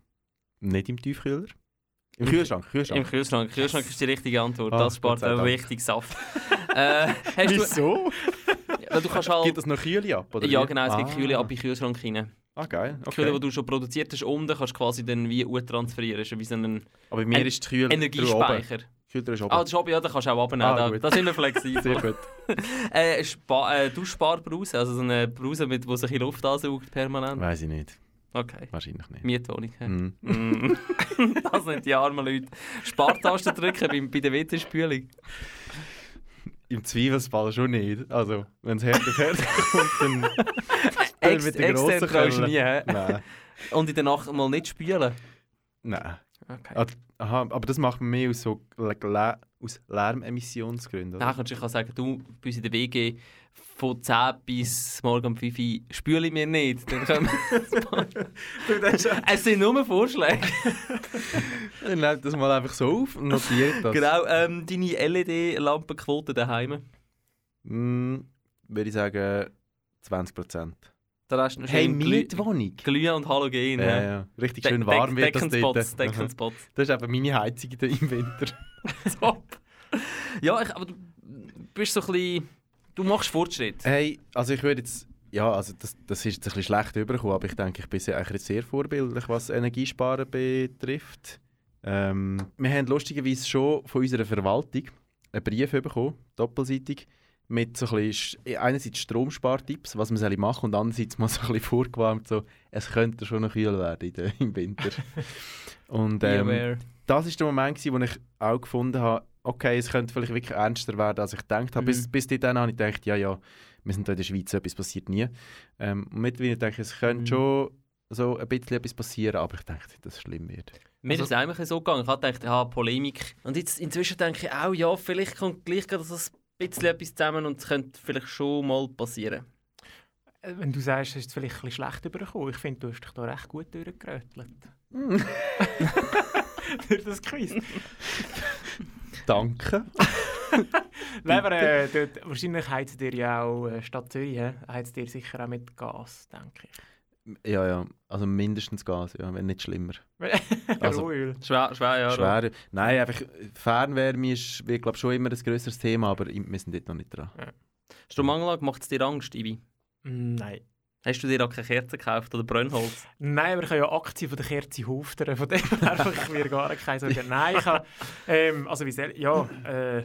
nicht im Tiefkühler. Im Kühlschrank. Im Kühlschrank. Kühlschrank. Kühlschrank ist die richtige Antwort. Ah, das spart Gott sei auch Dank. richtig Saft. äh, hast du, Wieso? weil du kannst Gibt halt... es noch Kühle ab? Oder Ja wie? genau, es gibt Ah. Kühle ab in den Kühlschrank rein. Ah, geil. Die Kühle, die Okay. du schon produziert hast, um, dann kannst du quasi dann wie transferieren. Das ist wie so ein Aber bei mir En- ist die Kühle Energiespeicher. Kühler ist oben. Ah, das ist oben, ja, da kannst du auch abnehmen. Ah, da, gut. da sind wir flexibel. Sehr gut. Äh, Spa äh, du Sparbrause, also so eine Brause, mit der sich in Luft ansaugt permanent. Weiß ich nicht. Okay. Wahrscheinlich nicht. Mietwohnung. hä? Mhm. Mm. das sind die armen Leute. Spartasten drücken beim, bei der WC-Spülung. Im Zweifelsfall schon nicht. Also, wenn es hart auf hart kommt, dann Ex mit der grossen extern kannst du Kelle. nie. hä? Nein. Und in der Nacht mal nicht spülen. Also. Nein. Okay. Ah, Aha, aber das macht man mehr aus, so Lä- Lä- aus Lärmemissionsgründen. Dann oder? kannst du dich auch sagen, du, bei uns in der WG von 10 bis morgen um 5 Uhr spüle ich mir nicht. Dann können wir es sind nur Vorschläge. Dann nehmt das mal einfach so auf und notiert das. Genau, ähm, deine LED-Lampenquote daheim. Mm, würde ich sagen, 20%. Da hast du noch Hey, schön Glüh- Mietwohnung. Glühen und Halogen. Ja, hä? ja. Richtig De- schön De- warm wird das dort. Deckenspots, Aha. Deckenspots. Das ist eben meine Heizung da im Winter. Top. Ja, ich, aber du bist so ein bisschen... Du machst Fortschritt. Hey, also ich würde jetzt, ja, also das, das ist jetzt ein bisschen schlecht übergekommen, aber ich denke, ich bin sehr, eigentlich sehr vorbildlich, was Energiesparen betrifft. Ähm, wir haben lustigerweise schon von unserer Verwaltung einen Brief bekommen, doppelseitig, mit so ein bisschen, Sch- einerseits Stromspartipps, was man soll machen soll, und andererseits mal so ein bisschen vorgewarnt, so, es könnte schon noch kühl werden in der, im Winter. und ähm, Beware. das war der Moment, gewesen, wo ich auch gefunden habe, okay, es könnte vielleicht wirklich ernster werden, als ich gedacht habe. Bis, Mhm. bis dann habe ich gedacht, ja, ja, wir sind hier in der Schweiz, so etwas passiert nie. Ähm, und mittlerweile denke ich, es könnte Mhm. schon so ein bisschen etwas passieren, aber ich denke nicht, dass es schlimm wird. Mir ist es auch immer so gegangen. Ich habe gedacht, aha, Polemik. Und jetzt inzwischen denke ich auch, ja, vielleicht kommt gleich gerade so ein bisschen etwas zusammen und es könnte vielleicht schon mal passieren. Äh, Wenn du sagst, es ist vielleicht ein bisschen schlecht übergekommen, ich finde, du hast dich da recht gut durchgerötelt. Durch das Quiz. Danke. Nein, aber äh, dort, wahrscheinlich heizt dir ja auch äh, Stadt Zürich, hä? heizt dir sicher auch mit Gas, denke ich. Ja, ja. Also mindestens Gas, ja, wenn nicht schlimmer. Also- Rohöl. Schwer, schwer, ja. Schwer. Nein, einfach Fernwärme ist, wie glaube schon immer ein grösseres Thema, aber wir sind dort noch nicht dran. Stromanlage, macht es dir Angst, Ibi? Mm, Nein. Hast du dir auch keine Kerze gekauft oder Brennholz? Nein, aber ich habe ja Aktien von der Kerze Hufter, von dem her mache ich mir gar keine Sorgen. Nein, ich habe, ähm, also wie soll, ja, äh, äh,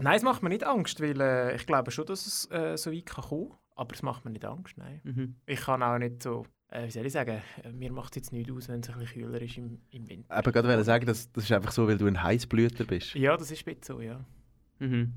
nein, es macht mir nicht Angst, weil äh, ich glaube schon, dass es äh, so weit kann kommen, aber es macht mir nicht Angst, nein. Ich kann auch nicht so, äh, wie soll ich sagen, äh, mir macht es jetzt nichts aus, wenn es ein bisschen kühler ist im, im Winter. Aber gerade wollte sagen, das, das ist einfach so, weil du ein Heißblüter bist. Ja, das ist ein bisschen so, ja. Mhm.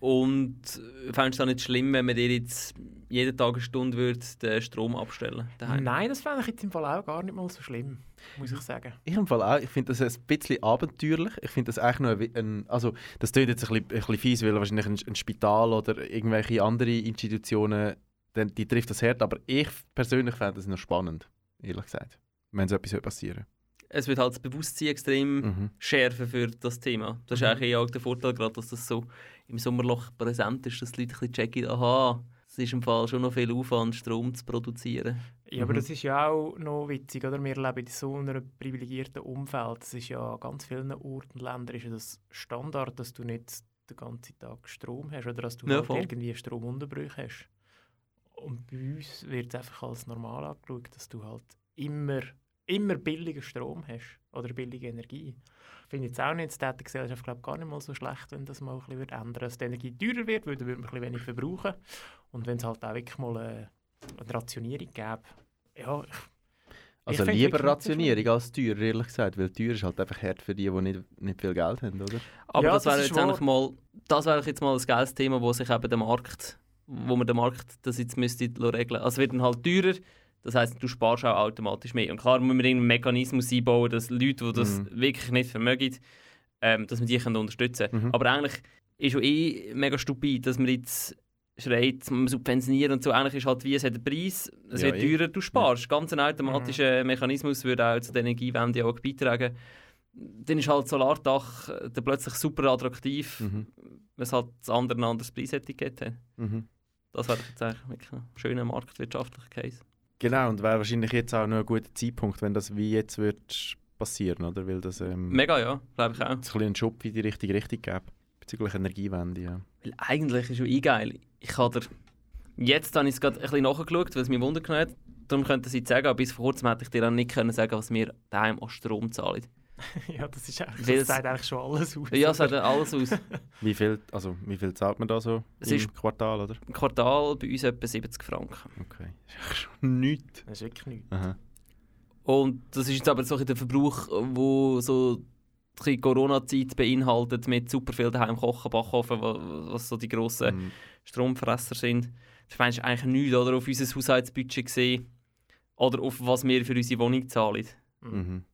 Und äh, fändest du es auch nicht schlimm, wenn man dir jetzt jeden Tag eine Stunde würde den Strom abstellen daheim? Nein, das fände ich jetzt im Fall auch gar nicht mal so schlimm, muss ich sagen. Ich im Fall auch, ich finde das ein bisschen abenteuerlich. Ich finde das eigentlich nur ein, wi- ein also das tönt jetzt ein bisschen, ein bisschen fies, weil wahrscheinlich ein, ein Spital oder irgendwelche andere Institutionen, dann, die trifft das hart, aber ich persönlich fände das noch spannend, ehrlich gesagt, wenn so etwas passieren Es wird halt das Bewusstsein extrem würde. Mhm. schärfen für das Thema. Das ist eigentlich auch der Vorteil, gerade, dass das so im Sommerloch präsent ist, dass die Leute ein bisschen checken, aha, es ist im Fall schon noch viel Aufwand, Strom zu produzieren. Ja, aber Mhm. das ist ja auch noch witzig, oder? Wir leben in so einem privilegierten Umfeld. Es ist ja an ganz vielen Orten und Ländern ist ja das Standard, dass du nicht den ganzen Tag Strom hast oder dass du Ja, halt voll. irgendwie Stromunterbrüche hast. Und bei uns wird es einfach als normal angeschaut, dass du halt immer, immer billigen Strom hast oder billige Energie. Ich finde jetzt auch nicht, es täte der Gesellschaft glaub, gar nicht mal so schlecht, wenn das mal ein bisschen würde ändern würde. Dass die Energie teurer wird, weil dann würde man ein bisschen weniger verbrauchen. Und wenn es halt auch wirklich mal äh, eine Rationierung gäbe. Ja, ich- Also find's lieber wirklich nicht so Rationierung als teuer, ehrlich gesagt, weil teuer ist halt einfach hart für die, die nicht, nicht viel Geld haben, oder? Aber Ja, das, das wäre ist jetzt eigentlich mal, das wäre jetzt mal ein geiles Thema, wo sich eben der Markt, wo man den Markt das jetzt müsste regeln. Also es wird dann halt teurer. Das heißt, du sparst auch automatisch mehr. Und klar muss man irgendeinen Mechanismus einbauen, dass Leute, die das Mhm. wirklich nicht vermögen, ähm, dass man die können unterstützen kann. Mhm. Aber eigentlich ist ja eh mega stupid, dass man jetzt schreit, man subventionieren und so. Eigentlich ist halt wie, es hat einen Preis, es Ja, wird eh. Mhm. teurer, du sparst. Ganz ein automatischer Mechanismus würde auch zu der Energiewende auch beitragen. Dann ist halt Solardach äh, dann plötzlich super attraktiv, Mhm. was halt das andere ein anderes Preisetikett hat. Mhm. Das wäre jetzt eigentlich wirklich ein schöner marktwirtschaftlicher Case. Genau, und wäre wahrscheinlich jetzt auch noch ein guter Zeitpunkt, wenn das wie jetzt wird passieren, oder? Weil das ähm, Mega, ja, glaube ich auch. jetzt ein bisschen einen Schub in die richtige Richtung gäbe. Bezüglich Energiewende, ja. Weil eigentlich ist ja eh geil. Ich habe dir- Jetzt habe ich es gerade ein bisschen nachgeschaut, weil es mich wundert hat. Darum könnte ich es jetzt sagen, aber bis vor kurzem hätte ich dir dann nicht können sagen was wir daheim an Strom zahlen. ja das, ist eigentlich, Weil das es- sagt eigentlich schon alles aus. Ja, es hat dann alles aus. Wie viel, also, wie viel zahlt man da so Es im ist- Quartal, oder? Im Quartal bei uns etwa 70 Franken. Okay. Das ist eigentlich schon nichts. Das ist wirklich nichts. Aha. Und das ist jetzt aber so ein bisschen der Verbrauch, wo so ein bisschen Corona-Zeit beinhaltet mit super viel daheim kochen, Backofen, wa- was so die grossen Mhm. Stromfresser sind. Das meinst du eigentlich nichts oder, auf unser Haushaltsbudget gesehen oder auf was wir für unsere Wohnung zahlen. Mhm.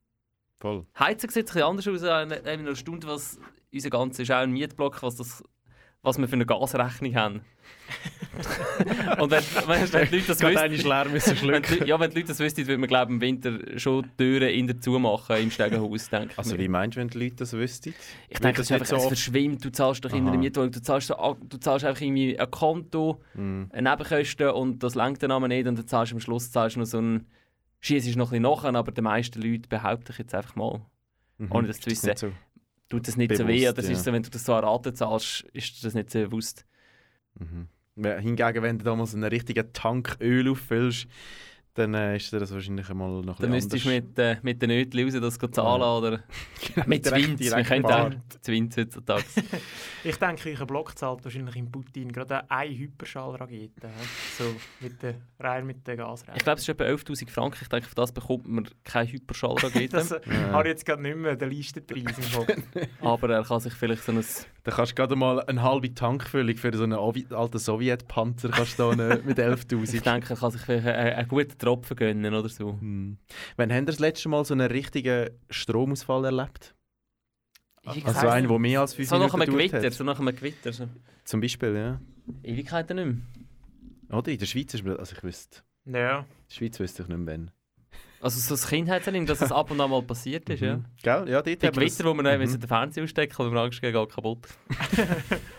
Voll. Heizen sieht ein bisschen anders aus äh, in einer Stunde, was unser ganzes ist auch ein Mietblock, was, das, was wir für eine Gasrechnung haben. Und wenn, wenn, wenn die Leute das wüssten, leer müssen wenn die, Leute- ja, wenn die Leute das wüssten, würden wir glaube im Winter schon die Türen in der zumachen im Stegenhaus, denke ich. Also, mir. wie meinst du, wenn die Leute das wüssten? ich wird denke, es, das ist einfach, nicht so es oft- verschwimmt, du zahlst doch in Aha. einer Mietwohnung, du zahlst, so- ah, du zahlst einfach irgendwie ein Konto, Mhm. eine Nebenkosten und das lenkt dann aber nicht und dann zahlst du am Schluss zahlst du noch so ein... Schiess ist noch ein bisschen nachher, aber die meisten Leute behaupten jetzt einfach mal, Mhm. ohne das zu Ist wissen, nicht so. tut das nicht so Bewusst, weh. Oder es ja. ist so, wenn du das so erraten zahlst, ist das nicht so bewusst. Mhm. Ja, Hingegen, wenn du damals einen richtigen Tank Öl auffüllst, dann äh, ist dir das wahrscheinlich mal noch ein Dann bisschen müsstest du anders. mit, äh, mit den Nötchen raus das go zahlen Ja. oder mit Direkt- Zwinz. Wir direkt können auch fahren. Zwinz heutzutage. Ich denke, euer Blog zahlt wahrscheinlich in Putin gerade eine Hyperschallrakete. hä? So mit der, rein mit der Ich Gasrechnung. glaube, es ist etwa 11'000 Franken. Ich denke, für das bekommt man keine Hyperschallrakete. Das äh, habe ich jetzt gerade nicht mehr den Listenpreis im Kopf. aber er kann sich vielleicht so ein Da kannst du gerade mal eine halbe Tankfüllung für so einen Ovi- alten Sowjetpanzer kannst du da ne- mit Ich 11'000. denke, er kann sich vielleicht einen, einen guten Tropfen gönnen oder so. Hm. Wann habt ihr das letzte Mal so einen richtigen Stromausfall erlebt? Also weiss einen, der mehr als nicht. 5 so nach Minuten einem gedauert Gewitter, hat? so nach einem Gewitter. So. Zum Beispiel, ja. Ewigkeiten nicht mehr. Oder in der Schweiz ist mir, also ich wüsste, Ja. in der Schweiz wüsste ich nicht mehr, wann. Also so das Kindheitserinnerung, dass das ab und an mal passiert ist, ja. Mhm. Gell? Ja, dort Die haben wir das- Gewitter, wo wir dann Mhm. in den Fernseher ausstecken, weil wir Angst haben, geht kaputt.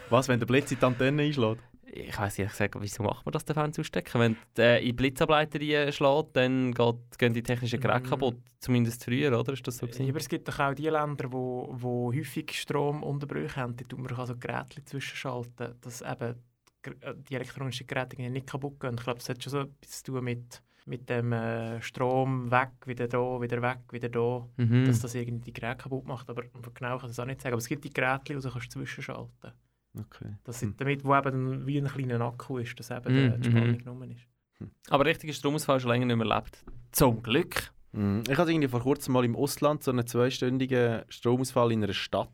Was, wenn der Blitz in die Antenne einschlägt? Ich weiß ehrlich gesagt, wieso macht man das, den Fernseher ausstecken? Wenn du äh, in Blitzableiter reinschlägt, dann geht, gehen die technischen Mhm. Geräte Mm. kaputt. Zumindest früher, oder? Ist das so Ja, gewesen? aber es gibt doch auch die Länder, wo, wo häufig Stromunterbrüche haben. Da tut man also Geräte zwischenschalten, dass eben die Ger- äh, die elektronischen Geräte irgendwie nicht kaputt gehen. Ich glaube, es hat schon so etwas zu tun mit, mit dem äh, Strom weg, wieder da, wieder weg, wieder da, Mhm. dass das irgendwie die Geräte kaputt macht. Aber genau kann ich es auch nicht sagen. Aber es gibt die Geräte, die du kannst zwischenschalten Okay. Das sind Hm. damit, wo eben wie ein kleiner Akku ist, dass eben Mhm, der- die Spannung mhm. genommen ist. Aber richtiger Stromausfall schon länger nicht mehr erlebt. Zum Glück. Mhm. Ich hatte irgendwie vor kurzem mal im Ausland so einen zweistündigen Stromausfall in einer Stadt.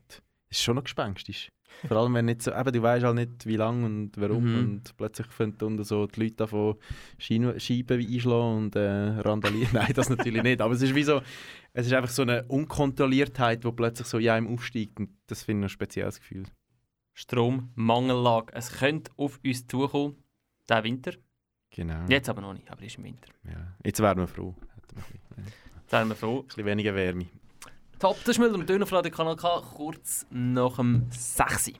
Das ist schon noch gespenstisch. Vor allem, wenn nicht so, eben, du weißt halt nicht, wie lange und warum. Mhm. Und plötzlich finden unten so die Leute davon Scheiben einschlagen und äh, randalieren. Nein, das natürlich nicht. Aber es ist wie so, es ist einfach so eine Unkontrolliertheit, die plötzlich so ja im aufsteigt. Und das finde ich ein spezielles Gefühl. Strommangellage. Es könnte auf uns zukommen, diesen Winter. Genau. Jetzt aber noch nicht, aber ist im Winter. Ja. Jetzt wären wir froh. Hätten wir ein bisschen- ein Jetzt sind wir froh. bisschen weniger Wärme. Top, das ist Müller und Döner auf Radio Kanal K, kurz nach dem 6.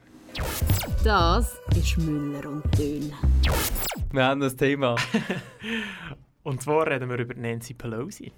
Das ist Müller und Dön. Wir haben das Thema. Und zwar reden wir über Nancy Pelosi.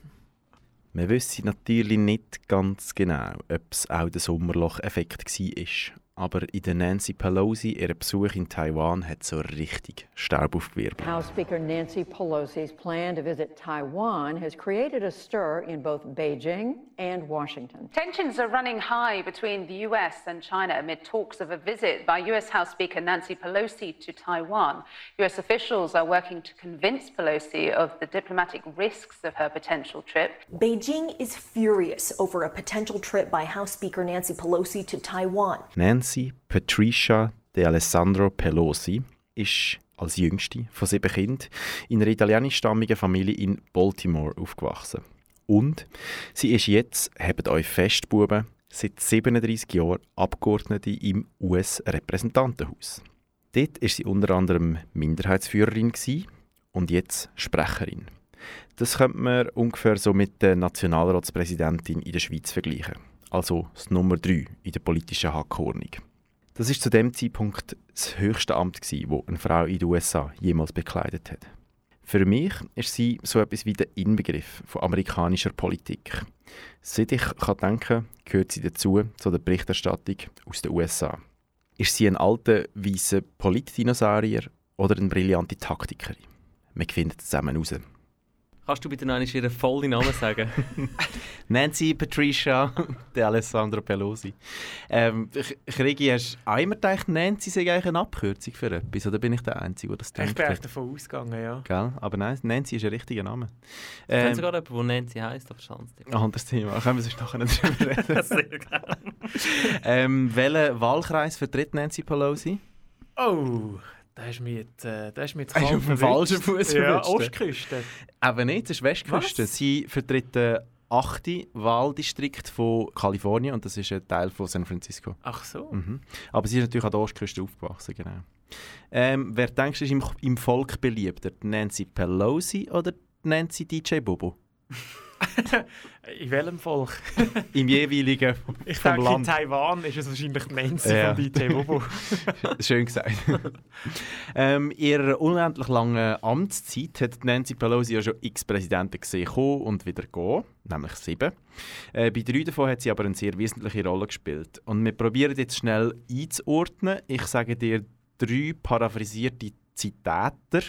Wir wissen natürlich nicht ganz genau, ob es auch der Sommerloch-Effekt war. Aber in der Nancy Pelosi, ihrem Besuch in Taiwan, hat so richtig Staub aufgewirbelt. House Speaker Nancy Pelosi's plan to visit Taiwan has created a stir in both Beijing and Washington. Tensions are running high between the US and China amid talks of a visit by US House Speaker Nancy Pelosi to Taiwan. US officials are working to convince Pelosi of the diplomatic risks of her potential trip. Beijing is furious over a potential trip by House Speaker Nancy Pelosi to Taiwan. Nancy Patricia De Alessandro Pelosi ist als jüngste von sieben Kindern in einer italienischstammigen Familie in Baltimore aufgewachsen. Und sie ist jetzt, habt euch fest, Buben, seit 37 Jahren Abgeordnete im US-Repräsentantenhaus. Dort war sie unter anderem Minderheitsführerin gewesen und jetzt Sprecherin. Das könnte man ungefähr so mit der Nationalratspräsidentin in der Schweiz vergleichen. Also das Nummer 3 in der politischen Hackordnung. Das ist zu dem Zeitpunkt das höchste Amt, gewesen, das eine Frau in den USA jemals bekleidet hat. Für mich ist sie so etwas wie der Inbegriff von amerikanischer Politik. Seit ich kann denken gehört sie dazu zu der Berichterstattung aus den USA. Ist sie ein alter, weißer Politdinosaurier oder eine brillante Taktikerin? Wir finden es zusammen raus. Kannst du bitte noch einmal ihren vollen Namen sagen? Nancy, Patricia, der Alessandro Pelosi. Ähm, ich- ich Regi, hast du auch immer gedacht, Nancy sei eigentlich eine Abkürzung für etwas? Oder bin ich der Einzige, der das Ich denkt? bin echt davon ausgegangen, ja. Gell? Aber nein, Nancy ist ein richtiger Name. Ich kenne Ähm, sogar jemanden, der Nancy heisst, aber schade. ein anderes Thema, können wir sonst nachher nicht drüber reden. ähm, welchen Wahlkreis vertritt Nancy Pelosi? Oh, da ist mir jetzt, äh, da ist mir jetzt Hast du kalt auf dem verwischt. falschen Fuß Ja, verwischt? Ostküste. Eben nicht, das ist Westküste. Was? Sie vertritt den 8. Wahldistrikt von Kalifornien und das ist ein Teil von San Francisco. Ach so. Mhm. Aber sie ist natürlich an der Ostküste aufgewachsen, genau. Ähm, wer denkst du, ist im, im Volk beliebter? Die Nancy Pelosi oder die Nancy DJ Bobo? In welchem Volk? Im jeweiligen vom Ich vom denke, in Land. Taiwan ist es wahrscheinlich die Nancy Ja. von DJ Bobo. Schön gesagt. ähm, ihrer unendlich langen Amtszeit hat Nancy Pelosi ja schon x Präsidenten gesehen kommen und wieder gehen, nämlich sieben. Äh, bei drei davon hat sie aber eine sehr wesentliche Rolle gespielt. Und wir probieren jetzt schnell einzuordnen. Ich sage dir drei paraphrasierte Zitate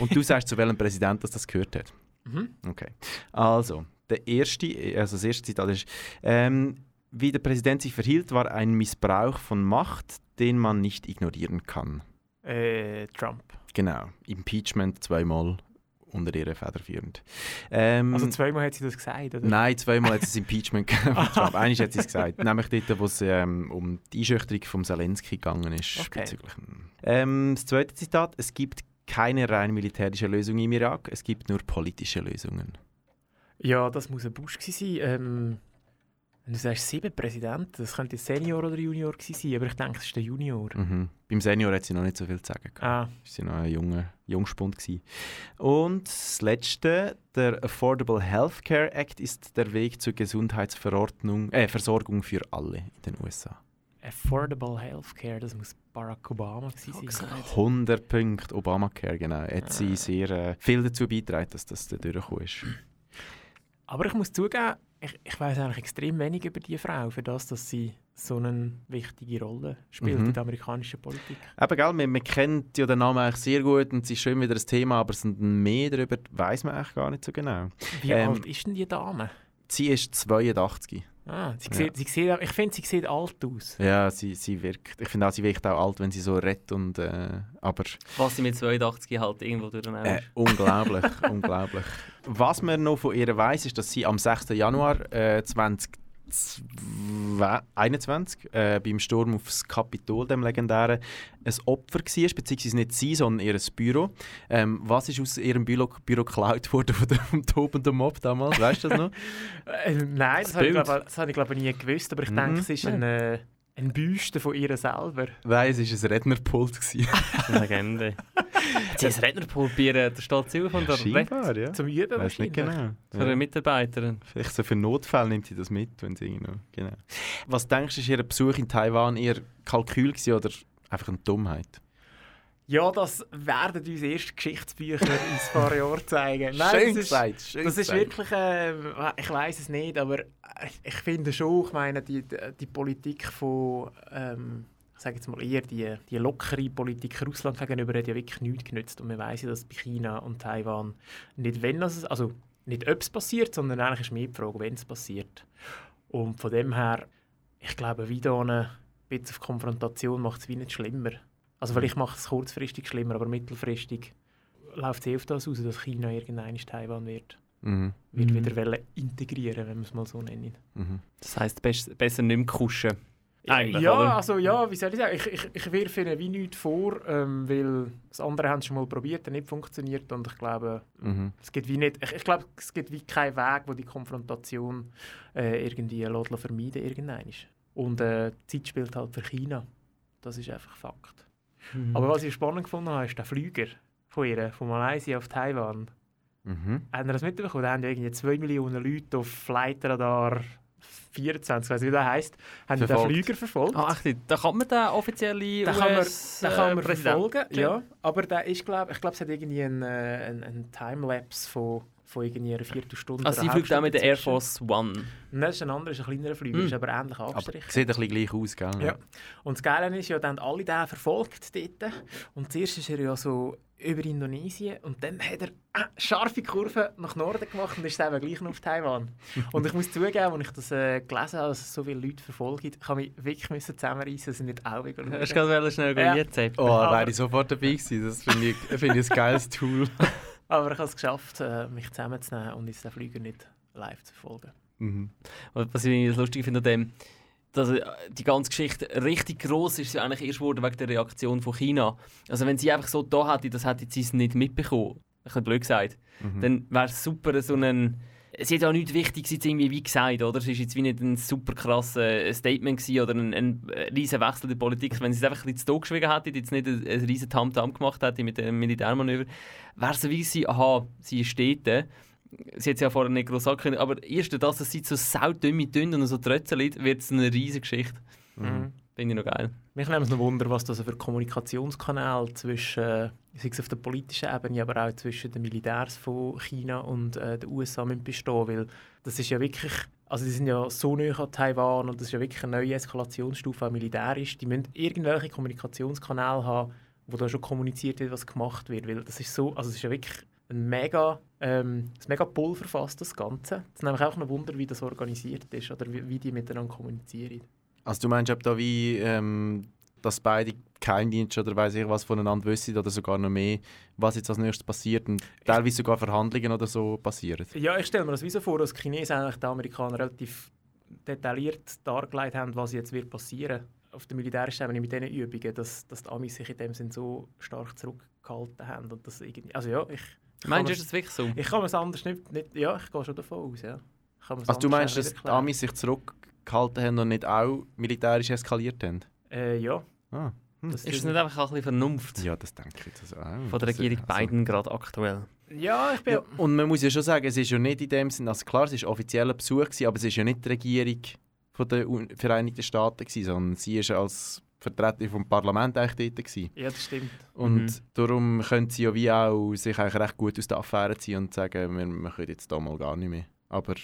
und du sagst, zu welchem Präsidenten das gehört hat. Mhm. Okay. Also, der erste, also das erste Zitat ist, ähm, wie der Präsident sich verhielt, war ein Missbrauch von Macht, den man nicht ignorieren kann. äh, Trump. Genau. Impeachment zweimal unter ihrer Feder führend. Ähm, Also zweimal hat sie das gesagt, oder? Nein, zweimal hat es Impeachment gegeben. von Trump. Einmal hat sie es gesagt. Nämlich dort, wo es ähm, um die Einschüchterung von Zelensky gegangen ist. Okay. Bezüglich. Ähm, das zweite Zitat: Es gibt keine rein militärische Lösung im Irak, es gibt nur politische Lösungen. Ja, das muss ein Bush gewesen sein. Ähm, wenn du sagst sieben Präsidenten, das könnte ein Senior oder Junior gewesen sein, aber ich denke, es ist der Junior. Mhm. Beim Senior hat sie noch nicht so viel zu sagen. gehabt. Ah, Sie war noch ein junger Jungspund. Gewesen. Und das Letzte, der Affordable Healthcare Act ist der Weg zur Gesundheitsverordnung, äh, Versorgung für alle in den USA. Affordable Healthcare, das muss Barack Obama gewesen sein. 100 Punkte Obamacare, genau. Hat sie sehr äh, viel dazu beigetragen, dass das da durchgekommen ist. Aber ich muss zugeben, ich, ich weiß eigentlich extrem wenig über die Frau, für das, dass sie so eine wichtige Rolle spielt Mhm. in der amerikanischen Politik. Eben, gell, man, man kennt ja den Namen eigentlich sehr gut und es ist schon wieder ein Thema, aber es sind mehr darüber weiß man eigentlich gar nicht so genau. Wie Ähm, alt ist denn die Dame? Sie ist 82. Ah, sie ja. sieht, sie sieht, ich finde, sie sieht alt aus. Ja, sie, sie wirkt. Ich finde auch, sie wirkt auch alt, wenn sie so redet und äh, aber Was sie mit 82 halt irgendwo durchnehmen. Äh, unglaublich, unglaublich. Was man noch von ihr weiß, ist, dass sie am 6. Januar äh, 2021 äh, beim Sturm aufs Kapitol, dem legendären, ein Opfer war, beziehungsweise nicht sie, sondern ihr Büro. Ähm, was ist aus ihrem Büro, Büro geklaut worden von dem- vom tobenden Mob damals? Weißt du das noch? Äh, nein, das, Das habe ich, Bild. glaube, das habe ich glaube nie gewusst, aber ich Mhm. denke, es ist Nein. ein, äh, ein Büste von ihr selber. Nein, es war ein Rednerpult. gewesen. Legende. Sie ein Rednerpult bei äh, der Station von der Wett. Scheinbar, ja. Zum Üben Weiß nicht wahrscheinlich. genau. Für eine Mitarbeiterin. Vielleicht so für Notfälle nimmt sie das mit, wenn sie irgendwo. Genau. Was denkst du, ist ihr Besuch in Taiwan eher Kalkül gewesen oder einfach eine Dummheit? Ja, das werden uns erst Geschichtsbücher in ein paar Jahren zeigen. das ist- schön Das ist wirklich, äh, ich weiß es nicht, aber äh, ich finde schon, ich meine, die, die Politik von, ähm, ich sage jetzt mal eher, die, die lockere Politik Russland gegenüber hat ja wirklich nichts genützt. Und wir wissen ja, dass bei China und Taiwan nicht, wenn das, also nicht ob es passiert, sondern eigentlich ist mehr die Frage, wenn es passiert. Und von dem her, ich glaube, wie da ein bisschen auf Konfrontation macht es wie nicht schlimmer. Also vielleicht macht es kurzfristig schlimmer, aber mittelfristig läuft es eh auf das aus, dass China irgendwann Taiwan wird Mhm. wird Mhm. wieder wollen integrieren, wenn wir es mal so nennen. Mhm. Das heisst, best- besser nicht mehr kuschen. Eigentlich, ja, oder? also ja, wie soll ich sagen, ich, ich, ich wirfe ihnen wie nichts vor, ähm, weil das andere haben es schon mal probiert, hat nicht funktioniert und ich glaube, Mhm. es gibt wie nicht, ich, ich glaube, es gibt wie keinen Weg, wo die Konfrontation äh, irgendwie lässt vermeiden irgendwann ist. Und äh, die Zeit spielt halt für China. Das ist einfach Fakt. Aber was ich spannend gefunden habe, ist der Flüger von ihr, von Malaysia auf Taiwan. Mhm. Haben ihr das mitbekommen? Da haben ja irgendwie 2 Millionen Leute auf Flightradar 24, weiss nicht, wie der heisst, haben den Verfolgt. Flüger verfolgt. Ah, echt, da kann man den offizielle Den kann man, US, den kann man äh, Präsidenten- verfolgen, ja. Aber der ist, glaub, ich glaube, es hat irgendwie einen, äh, einen, einen Timelapse von, von irgendwie einer Viertelstunde. Also sie einer fliegt auch mit der Air Halbstunde Force One. dazwischen. Nein, das ist ein anderer, ist ein kleinerer Flüger, Mm. ist aber ähnlich Aber abgestrichen. sieht ein bisschen gleich aus, gell? Ja. Und das Geile ist ja, dann haben alle den verfolgt dort. Und zuerst ist er ja so über Indonesien und dann hat er äh, scharfe Kurve nach Norden gemacht und ist dann eben gleich noch auf Taiwan. und ich muss zugeben, als ich das äh, gelesen habe, dass es so viele Leute verfolgen, ich habe mich wirklich müssen zusammenreißen, dass ich nicht auch wieder schaue. Hast du gerade schnell Ja. jetzt Oh, Aber- da wäre ich sofort dabei gewesen. Das finde ich, finde ich ein geiles Tool. Aber ich habe es geschafft, äh, mich zusammenzunehmen und jetzt den Flüger nicht live zu verfolgen. Mhm. Was was ich lustig finde an dem, dass äh, die ganze Geschichte richtig groß ist, sie eigentlich erst geworden wegen der Reaktion von China. Also wenn sie einfach so da hätte, das hätte sie es nicht mitbekommen. Ich habe blöd gesagt. Dann wäre es super so ein Sie hat auch nichts Wichtiges jetzt irgendwie wie gesagt, oder? Es war jetzt wie nicht ein super krasses äh, Statement gewesen oder ein, ein äh, riesen Wechsel der Politik. Wenn sie es einfach ein bisschen zu tot geschwiegen hätte, jetzt nicht ein, ein riesen Tamtam gemacht hätte mit dem Militärmanöver, wäre es so wie sie, aha, sie steht da sie hat es ja vorher nicht groß angekündigt, aber erst das, dass sie so saudümme tun und so trötzelt, wird es eine riesige Geschichte. Finde ich noch geil. Mich nimmt es noch Wunder, was das für Kommunikationskanäle zwischen, äh, sei es auf der politischen Ebene, aber auch zwischen den Militärs von China und äh, den USA müssen bestehen weil das ist ja wirklich, also die sind ja so nah an Taiwan und das ist ja wirklich eine neue Eskalationsstufe auch militärisch. Die müssen irgendwelche Kommunikationskanäle haben, wo da schon kommuniziert wird, was gemacht wird, weil das ist so, also es ist ja wirklich ein mega, ähm, ein mega Pulver fast das Ganze. Es ist nämlich auch noch Wunder, wie das organisiert ist oder wie, wie die miteinander kommunizieren. Also du meinst, ob da wie ähm, dass beide Geheimdienst oder weiß ich was voneinander wissen oder sogar noch mehr, was jetzt als nächstes passiert und teilweise sogar Verhandlungen oder so passieren. Ja, ich stelle mir das wie so vor, dass die Chinesen eigentlich die Amerikaner relativ detailliert dargelegt haben, was jetzt wird passieren auf der militärischen Ebene mit diesen Übungen, dass, dass die Amis sich in dem Sinn so stark zurückgehalten haben. Und das irgendwie, also ja, ich... Meinst ich du, kann ist mir's- das wirklich so? Ich kann es anders nicht, nicht... Ja, ich gehe schon davon aus, ja. Ich kann mir's Also du anders meinst, auch dass nicht die erklären. Amis sich zurückgehalten haben und nicht auch militärisch eskaliert haben? Äh, ja. Ah. Hm. Das Ist es nicht einfach auch ein bisschen Vernunft Ja, das denke ich. Das auch. von der Das- Regierung Biden gerade aktuell? Ja, ich bin... Ja, und man muss ja schon sagen, es ist ja nicht in dem Sinne, also klar, es ist offizieller Besuch gewesen, aber es ist ja nicht die Regierung von den Un- Vereinigten Staaten gewesen, sondern sie ist ja als Vertreterin vom Parlament eigentlich dort gewesen. Ja, das stimmt. Und Mhm. darum können sie ja wie auch sich eigentlich recht gut aus der Affäre ziehen und sagen, wir, wir können jetzt da mal gar nicht mehr. Aber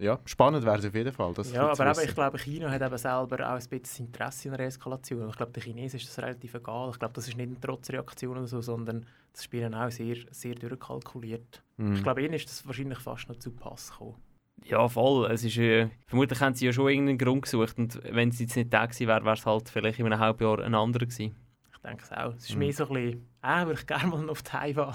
ja, spannend wäre es auf jeden Fall. Das ja, ein aber bisschen zu eben, ich wissen. glaube, China hat eben selber auch ein bisschen Interesse an einer Eskalation. Und Ich glaube, den Chinesen ist das relativ egal. Ich glaube, das ist nicht eine Trotzreaktion oder so, sondern das Spielen auch sehr, sehr durchkalkuliert. Mhm. Ich glaube, ihnen ist das wahrscheinlich fast noch zu Pass gekommen. Ja, voll. Es ist, äh, vermutlich haben sie ja schon irgendeinen Grund gesucht. Und wenn es jetzt nicht der gewesen wäre, wäre es halt vielleicht in einem halben Jahr ein anderer gewesen. Ich denke es auch. Es Mhm. ist mehr so ein bisschen, ah, würde ich gerne mal noch auf Taiwan.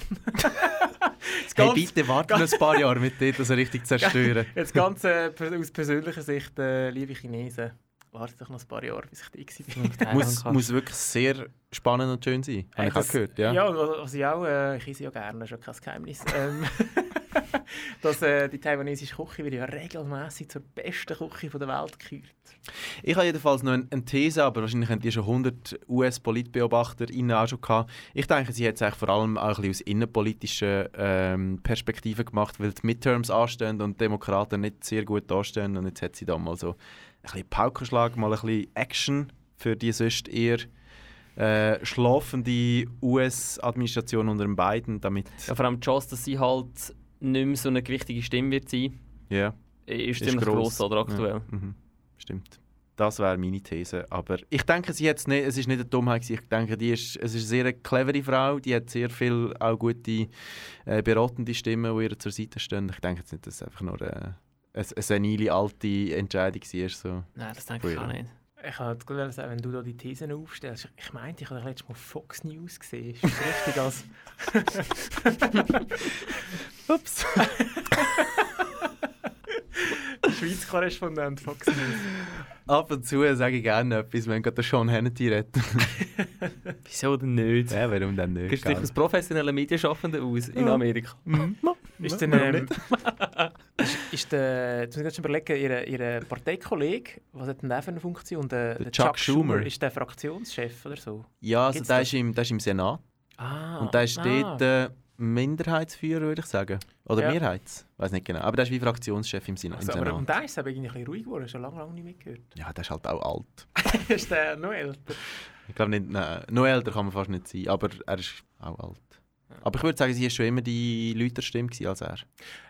das Hey, bitte warten ein paar Jahre mit dir, das richtig zerstören. Jetzt ganz äh, per- aus persönlicher Sicht, äh, liebe Chinesen, wartet doch noch ein paar Jahre, bis ich die X bin. muss, muss wirklich sehr spannend und schön sein, habe Äh, ich auch das- gehört. Ja. ja und was was ich auch, äh, ich esse ja gerne, das ist ja kein Geheimnis, ähm, dass äh, die taiwanesische Küche wird ja regelmässig zur besten Küche von der Welt gekürt. Ich habe jedenfalls noch eine, eine These, aber wahrscheinlich haben die schon 100 US-Politbeobachter innen auch schon gehabt. Ich denke, sie hat es eigentlich vor allem auch ein bisschen aus innenpolitischen ähm, Perspektiven gemacht, weil die Midterms anstehen und die Demokraten nicht sehr gut dastehen. Und jetzt hat sie da mal so ein bisschen Paukenschlag, mal ein bisschen Action für die sonst eher äh, schlafende US-Administration unter den beiden, damit... Ja, vor allem die Chance, dass sie halt nicht mehr so eine gewichtige Stimme wird sein, Ja. ist, ziemlich gross, oder aktuell. Ja, mhm. Stimmt. Das wäre meine These. Aber ich denke, sie hat's nicht, es ist nicht eine Dummheit. gewesen. Ich denke, die ist, es ist eine sehr clevere Frau. Die hat sehr viel auch gute äh, beratende Stimmen, die ihr zur Seite stehen. Ich denke jetzt nicht, dass es einfach nur äh, eine, eine senile alte Entscheidung war. So. Nein, das denke ich Früher. auch nicht. Ich kann jetzt gerade sagen, wenn du da die Thesen aufstellst, ich meinte, ich habe das letzte Mal Fox News gesehen. Ist das richtig als... Ups. Schweiz-Korrespondent Fox News. Ab und zu sage ich gerne etwas, wenn gerade der Sean Hannity redet. Wieso denn nicht? ja, warum denn Gehst nicht? du dich als professioneller Medienschaffender aus in Amerika? Ist denn, warum ähm, ist, ist der, jetzt muss ich jetzt schon überlegen, Ihr, ihr Parteikollege, was hat denn der für eine Funktion? Der, der Chuck Schumer. Ist der Fraktionschef oder so? Ja, also Gibt's der das? ist, im, der ist im Senat. Ah, Und der ist dort äh, Minderheitsführer, würde ich sagen. Oder Ja. Mehrheits. Weiß nicht genau. Aber der ist wie Fraktionschef im, Sin Also, im aber Senat. und der ist aber irgendwie ein bisschen ruhig geworden, schon lange, lange nicht mehr gehört. Ja, der ist halt auch alt. ist der noch älter? Ich glaube nicht, nein, noch älter kann man fast nicht sein, aber er ist auch alt. Aber ich würde sagen, sie ist schon immer die Leuterstimme gewesen als er.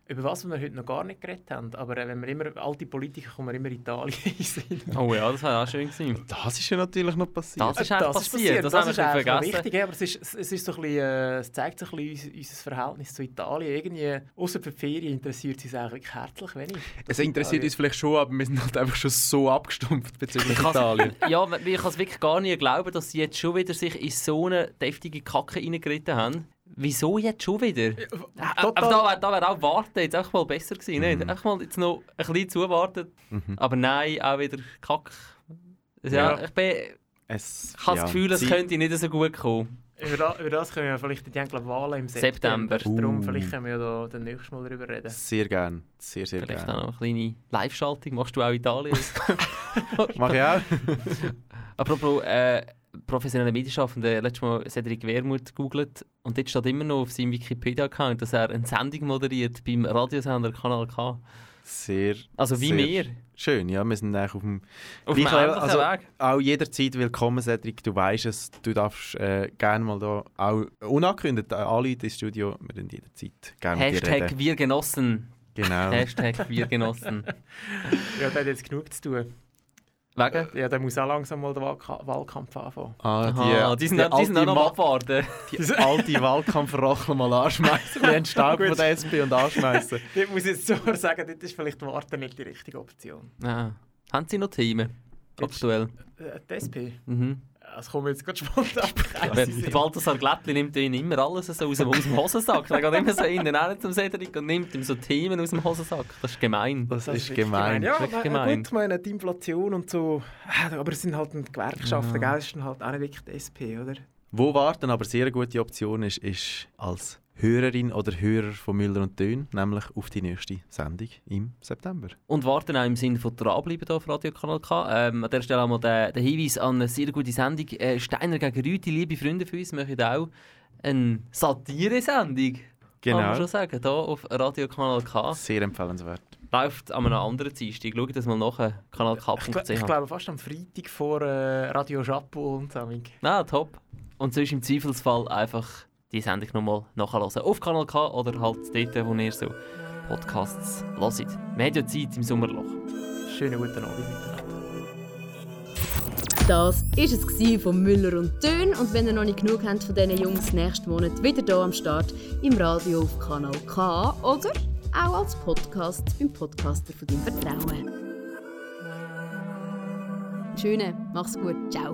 Über was wir heute noch gar nicht geredet haben, aber äh, wenn wir immer alte Politiker kommen, immer Italien in den Sinn. Oh ja, das war auch schön gesehen. Das ist ja natürlich noch passiert. Das ist einfach passiert, das haben wir ist schon einfach noch vergessen. wichtig, ja, aber es, ist, es, es ist so ein bisschen, äh, es zeigt so ein bisschen unser, unser Verhältnis zu Italien. Irgendwie, außer für die Ferien, interessiert es uns eigentlich herzlich wenig. es interessiert uns vielleicht schon, aber wir sind halt einfach schon so abgestumpft bezüglich kann's- Italien. Ja, weil ich kann es wirklich gar nicht glauben, dass sie jetzt schon wieder sich in so eine deftige Kacke reingeritten haben. Wieso jetzt schon wieder? Aber total- da wäre da wär auch warten jetzt einfach mal besser gewesen. Nicht? Einfach mal jetzt noch ein bisschen zuwarten. Aber nein, auch wieder Kack. Also, Mhm. ja. Ja. Ich, bin, ich Es, habe das Gefühl, es sie- könnte nicht so gut kommen. Über, das, über das können wir vielleicht, die haben glaube ich, Wahlen im September. September. Darum, Uh. vielleicht können wir ja da das nächste Mal darüber reden. Sehr gern. Sehr, sehr Vielleicht gern. auch noch eine kleine Live-Schaltung. Machst du auch Italien? Mach ich auch. Apropos äh, professionelle Medienschaffende, letztes Mal Cedric Wermuth gegoogelt und dort steht immer noch auf seinem Wikipedia-Account, dass er eine Sendung moderiert beim Radiosender Kanal K. Sehr, Also wie sehr wir. Schön, ja. Wir sind eigentlich auf dem Auf Gleich dem Level, ähnlichen also- Weg. auch jederzeit willkommen, Cedric. Du weißt es, du darfst äh, gerne mal da auch unangekündigt äh, anrufen ins Studio. Wir sind jederzeit gerne mit dir Hashtag reden. wir genossen. Genau. Hashtag wir genossen. Ja, der hat jetzt genug zu tun. Wegen? Ja, der muss auch langsam mal den Wahlka Wahlkampf anfangen. Ah, die, Aha, die sind, die sind auch noch am abwarten. die alte Wahlkampfrochel mal anschmeißen. Wir haben stark von der SP und anschmeißen. Dort muss ich jetzt sogar sagen, dort ist vielleicht Warten nicht die richtige Option. Ah. Haben sie noch Themen? Aktuell. Äh, die SP? Mhm. Es kommt mir jetzt gerade spontan. Wenn der Balthasar Glättli nimmt ihn immer alles so aus dem, aus dem Hosensack. Er geht immer so in den Ärmel zum Cedric und nimmt ihm so Themen aus dem Hosensack. Das ist gemein. Das, ist gemein. Das Ja, ist na, wirklich gemein. gemein. gut, ich meine, die Inflation und so. Ah, Aber es sind halt ein Gewerkschaften, Ja. gell? Es ist dann halt auch nicht wirklich die SP, oder? Wo warten aber sehr gute Option ist, ist als Hörerin oder Hörer von Müller und Dön, nämlich auf die nächste Sendung im September. Und warten auch im Sinne von dranbleiben hier auf Radio Kanal K. Ähm, an der Stelle auch mal der, der Hinweis an eine sehr gute Sendung. Äh, Steiner gegen Rüti, liebe Freunde von uns, machen auch eine Satire-Sendung. Kann Genau. man schon sagen, hier auf Radio Kanal K. Sehr empfehlenswert. Läuft an einem anderen Dienstag. Schaut das mal nach, Ich, gl- ich kanalk.ch. glaube fast am Freitag vor äh, Radio Chapeau und so. Na, top. Und sonst im Zweifelsfall einfach die Sendung nochmal nachhören. Auf Kanal K oder halt dort, wo ihr so Podcasts hört. Wir haben ja Zeit im Sommerloch. Schönen guten Abend miteinander. Das war es gewesen von Müller und Dön. Und wenn ihr noch nicht genug habt von diesen Jungs, nächsten Monat wieder hier am Start im Radio auf Kanal K oder auch als Podcast beim Podcaster von deinem Vertrauen. Schöne, mach's gut, ciao.